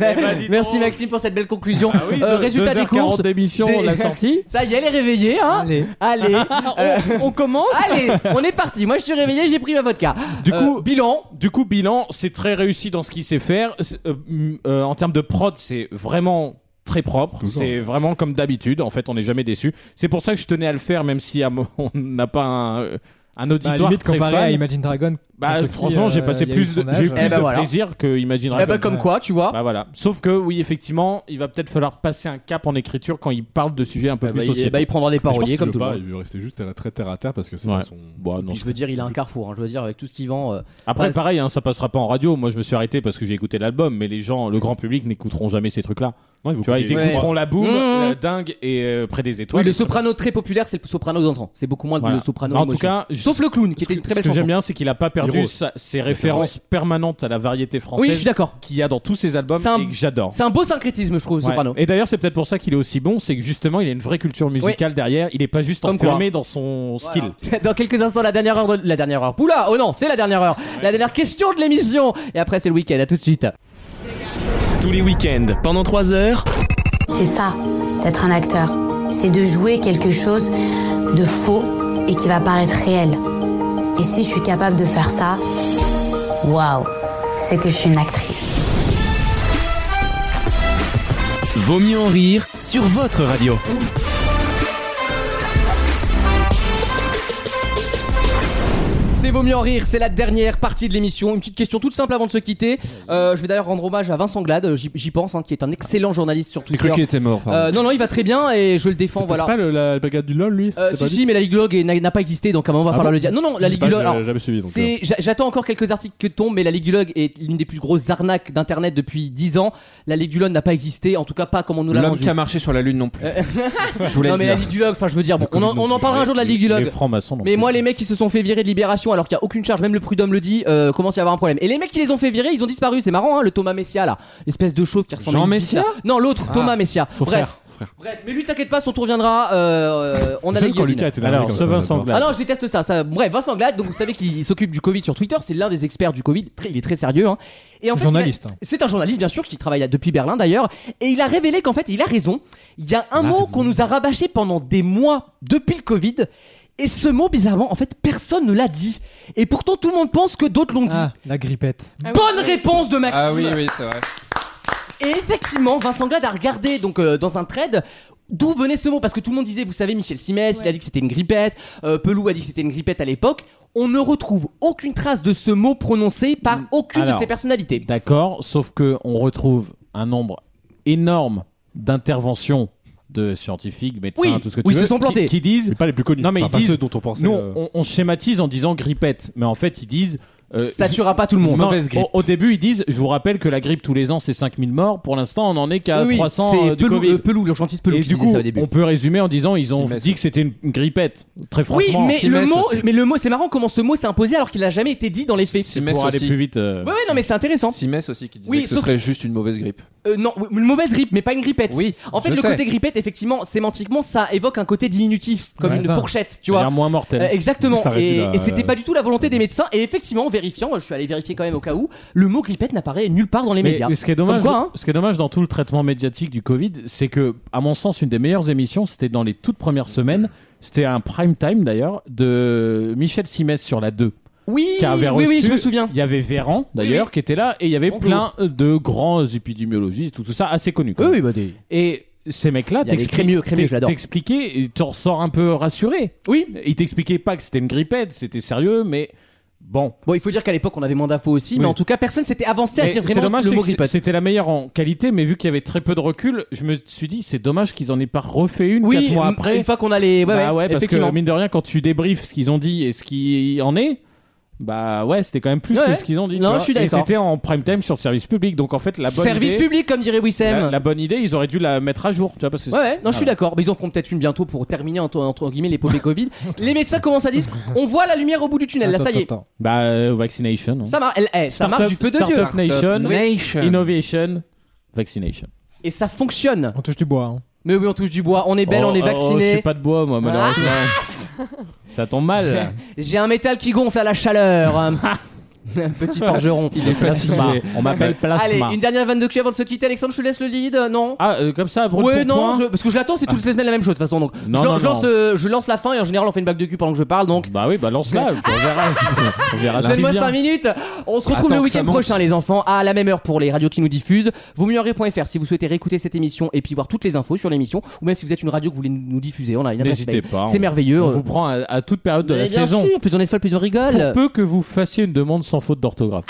Bah, Merci Maxime pour cette belle conclusion.
Ah
Euh, résultat des courses.
d'émission,
Des-
on l'a sorti.
Ça y est, elle est réveillée, hein.
Allez. bah,
Allez, euh,
Ah. <laughs> On commence.
allez, on est parti. Moi, je suis réveillé, j'ai pris ma vodka. <laughs>
Du coup,
bilan.
Du coup, bilan, c'est très réussi dans ce qu'il sait faire. C'est, euh, mm, euh, en termes de prod, c'est vraiment très propre.
Toujours.
C'est vraiment comme d'habitude. En fait, on n'est jamais déçu. C'est pour <laughs> ça que je tenais à le faire, même si à mon- on n'a pas un, euh, un
Bah,
auditoire
limite
très
comparé
fan.
à Imagine Dragon
Bah,
Contre qui,
franchement, j'ai
euh,
passé
il y a eu
plus,
le
de- j'ai eu
sondage.
plus
Eh ben
de
voilà.
plaisir que Imaginera.
Eh bah, comme quoi, tu vois.
Bah voilà. Sauf que oui, effectivement, il va peut-être falloir passer un cap en écriture quand il parle de sujets un peu
Bah,
plus
bah, il,
sociétaux.
bah, il prendra des
Mais je pense
paroliers
qu'il
comme
veut
tout le
pas,
monde.
Il veut rester juste à la très terre à terre parce que c'est
Ouais.
pas son.
Bon, non,
Puis je veux dire, il a un carrefour. hein. Je veux dire, avec tout ce qu'il vend. euh,
Après,
Ouais,
pareil, hein, ça passera pas en radio. Moi, je me suis arrêté parce que j'ai écouté l'album, mais les gens, le grand public, n'écouteront jamais ces trucs-là.
Non, il veut
Tu vois,
couper-
ils
Ouais.
écouteront la boum,
Mmh.
la dingue et euh, près des
Oui,
étoiles.
le soprano très populaire, c'est le soprano d'antan. C'est beaucoup moins
Voilà.
le soprano.
Mais en tout
émotion.
cas, je-
sauf le clown, qui
Ce que-
était une très belle
Ce que
chanson.
j'aime bien, c'est qu'il a pas perdu
Heroes.
sa- ses références permanentes à la variété
Oui, je suis
française
d'accord.
qu'il y a dans tous ses albums
C'est un-
et que j'adore.
C'est un beau syncrétisme, je trouve, le
Ouais.
soprano.
Et d'ailleurs, c'est peut-être pour ça qu'il est aussi bon, c'est que justement, il a une vraie culture musicale derrière. Il est pas juste
Comme
enfermé dans son
Voilà. <laughs>
style.
Dans quelques instants, la dernière heure de la dernière heure. Oula, oh non, c'est la dernière heure. La dernière question de l'émission. Et après, c'est le week-end. À tout de suite.
Tous les week-ends, pendant 3 heures,
C'est ça, d'être un acteur. C'est de jouer quelque chose de faux et qui va paraître réel. Et si je suis capable de faire ça, waouh, c'est que je suis une actrice.
Vaut mieux en rire sur votre radio.
C'est Vaut mieux en rire, c'est la dernière partie de l'émission. Une petite question toute simple avant de se quitter. Euh, je vais d'ailleurs rendre hommage à Vincent Glade, euh, j'y j'y pense, hein, qui est un excellent journaliste sur
J'ai
Twitter.
cru qu'il était mort. pardon.
Euh, non, non, il va très bien et je le défends,
C'est pas- c'est
voilà.
pas le- la bagarre du LOL, lui
Euh,
C'est
si,
pas lui
si, mais la Ligue Log est- n'a n'a pas existé, donc à un moment on va
Ah
falloir
bon
le dire. Non, non, la
Je sais
Ligue
pas,
du Log.
j'ai-
alors,
j'ai jamais suivi. donc, euh,
hein.
c'est- j'a- J'attends encore quelques articles que tombent, mais la Ligue du Log est l'une des plus grosses arnaques d'internet depuis 10 ans. La Ligue du Log n'a pas existé, en tout cas pas comme on nous l'a
L'homme
vendu.
qui a marché sur la lune non plus. Je voulais
Non,
le
mais la
dire.
Ligue du Log, enfin je veux dire, bon, on en, on en parlera un jour de la Ligue du
Les
Log.
francs-maçons. non
Mais
plus.
moi, les mecs qui se sont fait virer de Libération alors qu'il n'y a aucune charge, même le prud'homme le dit, euh, commence à y avoir un problème. Et les mecs qui les ont fait virer, ils ont disparu. C'est marrant, hein, le Thomas Messia là, espèce de chauve qui ressemble
Jean
à une
Messia
bite, là. Non, l'autre,
Ah.
Thomas Messia.
son
Bref,
frère, frère.
bref. Mais lui, t'inquiète pas, son tour viendra. euh, euh, on a la
J'aime quand
guillotine.
Lucas était là.
Alors, ce Vincent
Ah
Glade.
non, je déteste ça. ça. Bref, Vincent Glade, donc vous savez qu'il s'occupe du Covid sur Twitter, c'est l'un des experts du Covid, très- il est très sérieux. hein. Et en fait, il a-
Journaliste, hein.
C'est un journaliste, bien sûr, qui travaille là- depuis Berlin d'ailleurs, et il a révélé qu'en fait, il a raison. Il y a
Ah,
un mot qu'on nous a rabâché pendant des mois depuis le Covid, et ce mot, bizarrement, en fait, personne ne l'a dit. Et pourtant, tout le monde pense que d'autres l'ont dit.
Ah, la grippette.
Ah oui.
Bonne réponse de Maxime.
Ah oui, oui, c'est vrai.
Et effectivement, Vincent Glade a regardé donc euh, dans un trade d'où venait ce mot parce que tout le monde disait, vous savez, Michel Simès, il a dit que c'était une grippette. euh, Pelou a dit que c'était une grippette à l'époque. On ne retrouve aucune trace de ce mot prononcé par aucune
Alors.
de ces personnalités.
D'accord, sauf que on retrouve un nombre énorme d'interventions de scientifiques, médecins,
Oui,
tout ce que tu
oui,
veux,
se sont plantés.
qui, qui disent
Mais pas les plus connus.
Non, mais
Enfin,
ils
pas
disent-
ceux dont on pensait.
Nous,
euh,
on, on schématise en disant grippette, mais en fait, ils disent. euh,
Ça tuera pas tout le monde.
Non,
Mauvaise grippe.
Au, au début, ils disent Je vous rappelle que la grippe tous les ans, c'est 5000 morts. Pour l'instant, on en est qu'à
Oui, oui,
300
c'est
euh, du
Pelou,
Covid.
euh, Pelou, le gentil Pelou
Et
qui
du
disait
coup,
ça au début.
on peut résumer en disant Ils ont
Simès,
dit que c'était une, une grippette. Très
Oui,
franchement,
mais le
Simès
mot,
aussi.
mais le mot, c'est marrant comment ce mot s'est imposé alors qu'il n'a jamais été dit dans les faits.
Simès
pour aller
aussi.
plus vite. euh,
Ouais, ouais, non, mais c'est intéressant.
Simès aussi qui disait
Oui,
que ce
sauf-
serait juste une mauvaise grippe.
Euh, non, oui, une mauvaise grippe, mais pas une grippette.
Oui,
En fait,
je
le
sais.
côté grippette, effectivement, sémantiquement, ça évoque un côté diminutif, comme
Ouais,
une
ça.
fourchette, tu
ça a
vois.
l'air moins mortel.
Euh, exactement.
Ça réduit
Et,
la-
et
euh,
c'était pas du tout la volonté des médecins. Et effectivement, en vérifiant, je suis allé vérifier quand même au cas où, le mot grippette n'apparaît nulle part dans les
Mais
médias.
Ce qui, est dommage,
Comme quoi, hein.
ce qui est dommage dans tout le traitement médiatique du Covid, c'est que, à mon sens, une des meilleures émissions, c'était dans les toutes premières semaines, c'était un prime time d'ailleurs, de Michel Simès sur la 2.
Oui,
Qui avait
oui, oui,
reçu-
je me souviens.
Il y avait Véran d'ailleurs qui était là et il y avait
Bonjour.
plein de grands épidémiologistes, tout, tout ça assez connus. quand même.
bah
Et ces mecs-là
Il y avait
t'expli-
Crémieux, Crémieux,
t'ex-
je l'adore.
t'expliquaient et t'en ressors un peu rassuré.
Oui.
Ils t'expliquaient pas que c'était une grippette, c'était sérieux, mais bon.
Bon, il faut dire qu'à l'époque, on avait moins d'infos aussi, mais
Oui.
en tout cas, personne s'était avancé à
Mais
dire
C'est
vraiment
dommage,
le
c'est
mot
que c'est-
grippette.
c'était la meilleure en qualité, mais vu qu'il y avait très peu de recul, je me suis dit c'est dommage qu'ils en aient pas refait une
Oui,
quatre mois
m-
après.
une fois qu'on a les. Ouais,
bah
ouais,
ouais, parce que
effectivement.
mine de rien, quand tu débriefes ce qu'ils ont dit et ce qui en est, bah ouais, c'était quand même plus
Ouais, ouais.
que ce qu'ils ont dit. tu
Non,
vois.
je suis
Et
d'accord.
c'était en prime time sur le service public, donc en fait la bonne
Service
idée,
public, comme dirait Wissem.
La, Ah. la bonne idée, ils auraient dû la mettre à jour, tu vois, parce que
Ouais, ouais, non, je suis
voilà.
d'accord. Mais ils en feront peut-être une bientôt pour terminer entre, entre guillemets
<laughs>
l'épopée Covid. Les médecins commencent à dire on voit la lumière au bout du tunnel. Là, ça y est,
Attends, attends, attends.
Bah euh, vaccination, non.
ça marche. eh, eh, ça
Startup-
marche du feu de
Startup
Dieu.
Nation,
Nation.
innovation, vaccination.
Et ça fonctionne.
On touche du bois. hein.
Mais oui, on touche du bois. On est belle,
Oh,
Eh ben, on est
oh, oh, je
vacciné. Ah.
suis pas de bois,
<laughs>
moi, malheureusement. Ça tombe mal. <laughs>
J'ai un métal qui gonfle à la chaleur. Petit forgeron.
Il est plasma. On m'appelle
Allez,
plasma.
une dernière vanne de cul avant de se quitter. Alexandre, je te laisse le lead. euh, Non
Ah, euh, comme ça, brûle
Ouais,
pour
non,
point.
je- parce que je l'attends, c'est toutes les semaines la même chose de toute façon. Donc,
Non,
je,
non,
je lance,
non.
euh, je lance la fin et en général, on fait une blague de cul pendant que je Ah parle. Donc,
Bah oui, bah lance-la. on verra. <laughs> on verra si
Donne-moi
Ah, bien.
5 minutes. On se retrouve
Attends
le
que
week-end
ça monte.
prochain, les enfants, à la même heure pour les radios qui nous diffusent. Vaut mieux en rire point fr si vous souhaitez réécouter cette émission et puis voir toutes les infos sur l'émission, ou même si vous êtes une radio que vous voulez nous diffuser. On a une adresse
N'hésitez
mail.
pas,
C'est
on-
merveilleux.
On vous prend à, à toute période de
Mais
la
bien
saison.
sûr, plus on est de folle, plus on rigole.
Pour peu que vous fassiez une demande sans faute d'orthographe.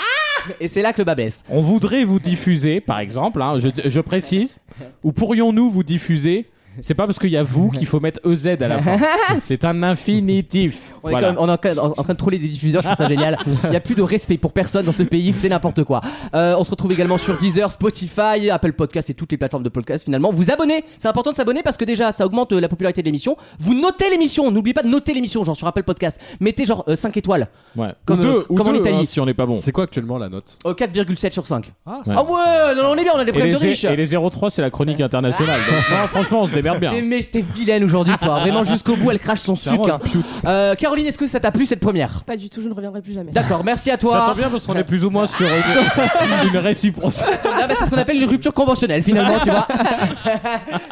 Et c'est là que le bas baisse.
On voudrait vous diffuser, par exemple, hein, je, je précise, ou pourrions-nous vous diffuser C'est pas parce qu'il y a vous qu'il faut mettre EZ à
<laughs>
la fin. C'est un infinitif.
On est,
Voilà.
quand même, on est en train- en, en train de troller des diffuseurs, je trouve
<laughs>
ça génial. Il n'y a plus de respect pour personne dans ce pays, c'est n'importe quoi. Euh, on se retrouve également sur Deezer, Spotify, Apple Podcast et toutes les plateformes de podcast finalement. Vous abonnez, c'est important de s'abonner parce que déjà ça augmente euh, la popularité de l'émission. Vous notez l'émission, n'oubliez pas de noter l'émission, genre sur Apple Podcast. Mettez genre 5 étoiles,
Ouais. Ou
Comme,
deux,
euh,
ou
comme en
deux,
Italie.
hein, si on n'est pas bon.
C'est quoi actuellement la note
euh, 4,7 sur 5. Ah
ouais.
ouais, non, non, on est bien, on a des
Et
problèmes
les,
de riches.
zé- et les 03, c'est la chronique internationale. Donc, non, franchement, on se démerde bien.
T'es, mais t'es vilaine aujourd'hui, toi. Vraiment, jusqu'au bout, elle crache son suc.
vraiment
hein. Euh, Caroline, est-ce que ça t'a plu cette première
Pas du tout, je ne reviendrai plus jamais.
D'accord, merci à toi.
Ça tombe bien parce qu'on est plus ou moins sur une, une réciprocité.
Ah bah, c'est ce qu'on appelle une rupture conventionnelle finalement, tu
<laughs>
vois.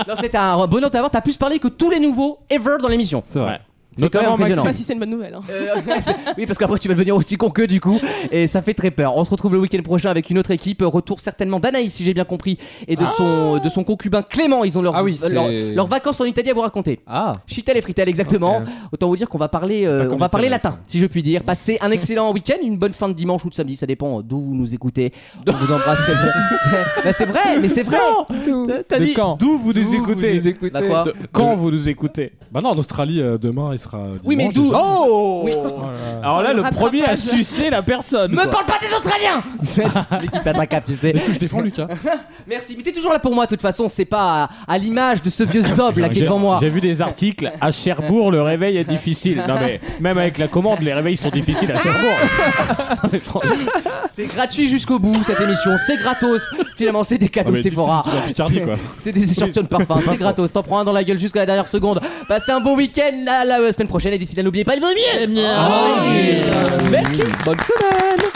non, c'était un bonheur de t'avoir. T'as plus parlé que tous les nouveaux ever dans l'émission.
C'est vrai.
C'est quand même
Notamment
Je sais
impressionnant.
pas si c'est une bonne nouvelle. hein.
Euh, <laughs> oui, parce qu'après tu vas devenir aussi con que du coup, et ça fait très peur. On se retrouve le week-end prochain avec une autre équipe. Retour certainement d'Anaïs, si j'ai bien compris, et de son de son concubin Clément. Ils ont leurs
Ah oui,
euh, leurs-
c'est-
leurs vacances en Italie à vous raconter.
Ah.
Chitel et fritel, exactement.
Ok.
Autant vous dire qu'on va parler, euh, on va parler
Italie,
latin, si je puis dire. Passez un excellent week-end, une bonne fin de dimanche ou de samedi, ça dépend euh, d'où vous nous écoutez. On vous embrasse. très fort. C'est- bah, c'est vrai, mais c'est vrai.
T'as dit quand
D'où vous nous écoutez
Bah quoi
De- Quand vous nous écoutez
Bah non, en Australie, euh, demain, il sera.
Oui, mais
dimanche,
d'où
déjà.
Oh Euh,
Alors là,
le
le premier à
rattrapage.
sucer la personne.
Me
quoi.
parle pas des Australiens L'équipe pète un cap, tu sais.
Je défends Lucas.
Merci, mais t'es toujours là pour moi, de toute façon, c'est pas à, à l'image de ce vieux zob là qui est
J'ai-
devant moi.
J'ai vu des articles à Cherbourg, le réveil est difficile. Non mais même avec la commande, les réveils sont difficiles à Cherbourg.
C'est gratuit jusqu'au bout cette émission, c'est gratos. Finalement, c'est des cadeaux
Ah, mais
Sephora.
Picardie, quoi.
C'est des échantillons de parfum, c'est gratos. T'en prends un dans la gueule jusqu'à la dernière seconde. Passez un bon week-end Ah, à la euh, semaine prochaine et d'ici là, n'oubliez pas, il vaut mieux. Merci. Bonne semaine.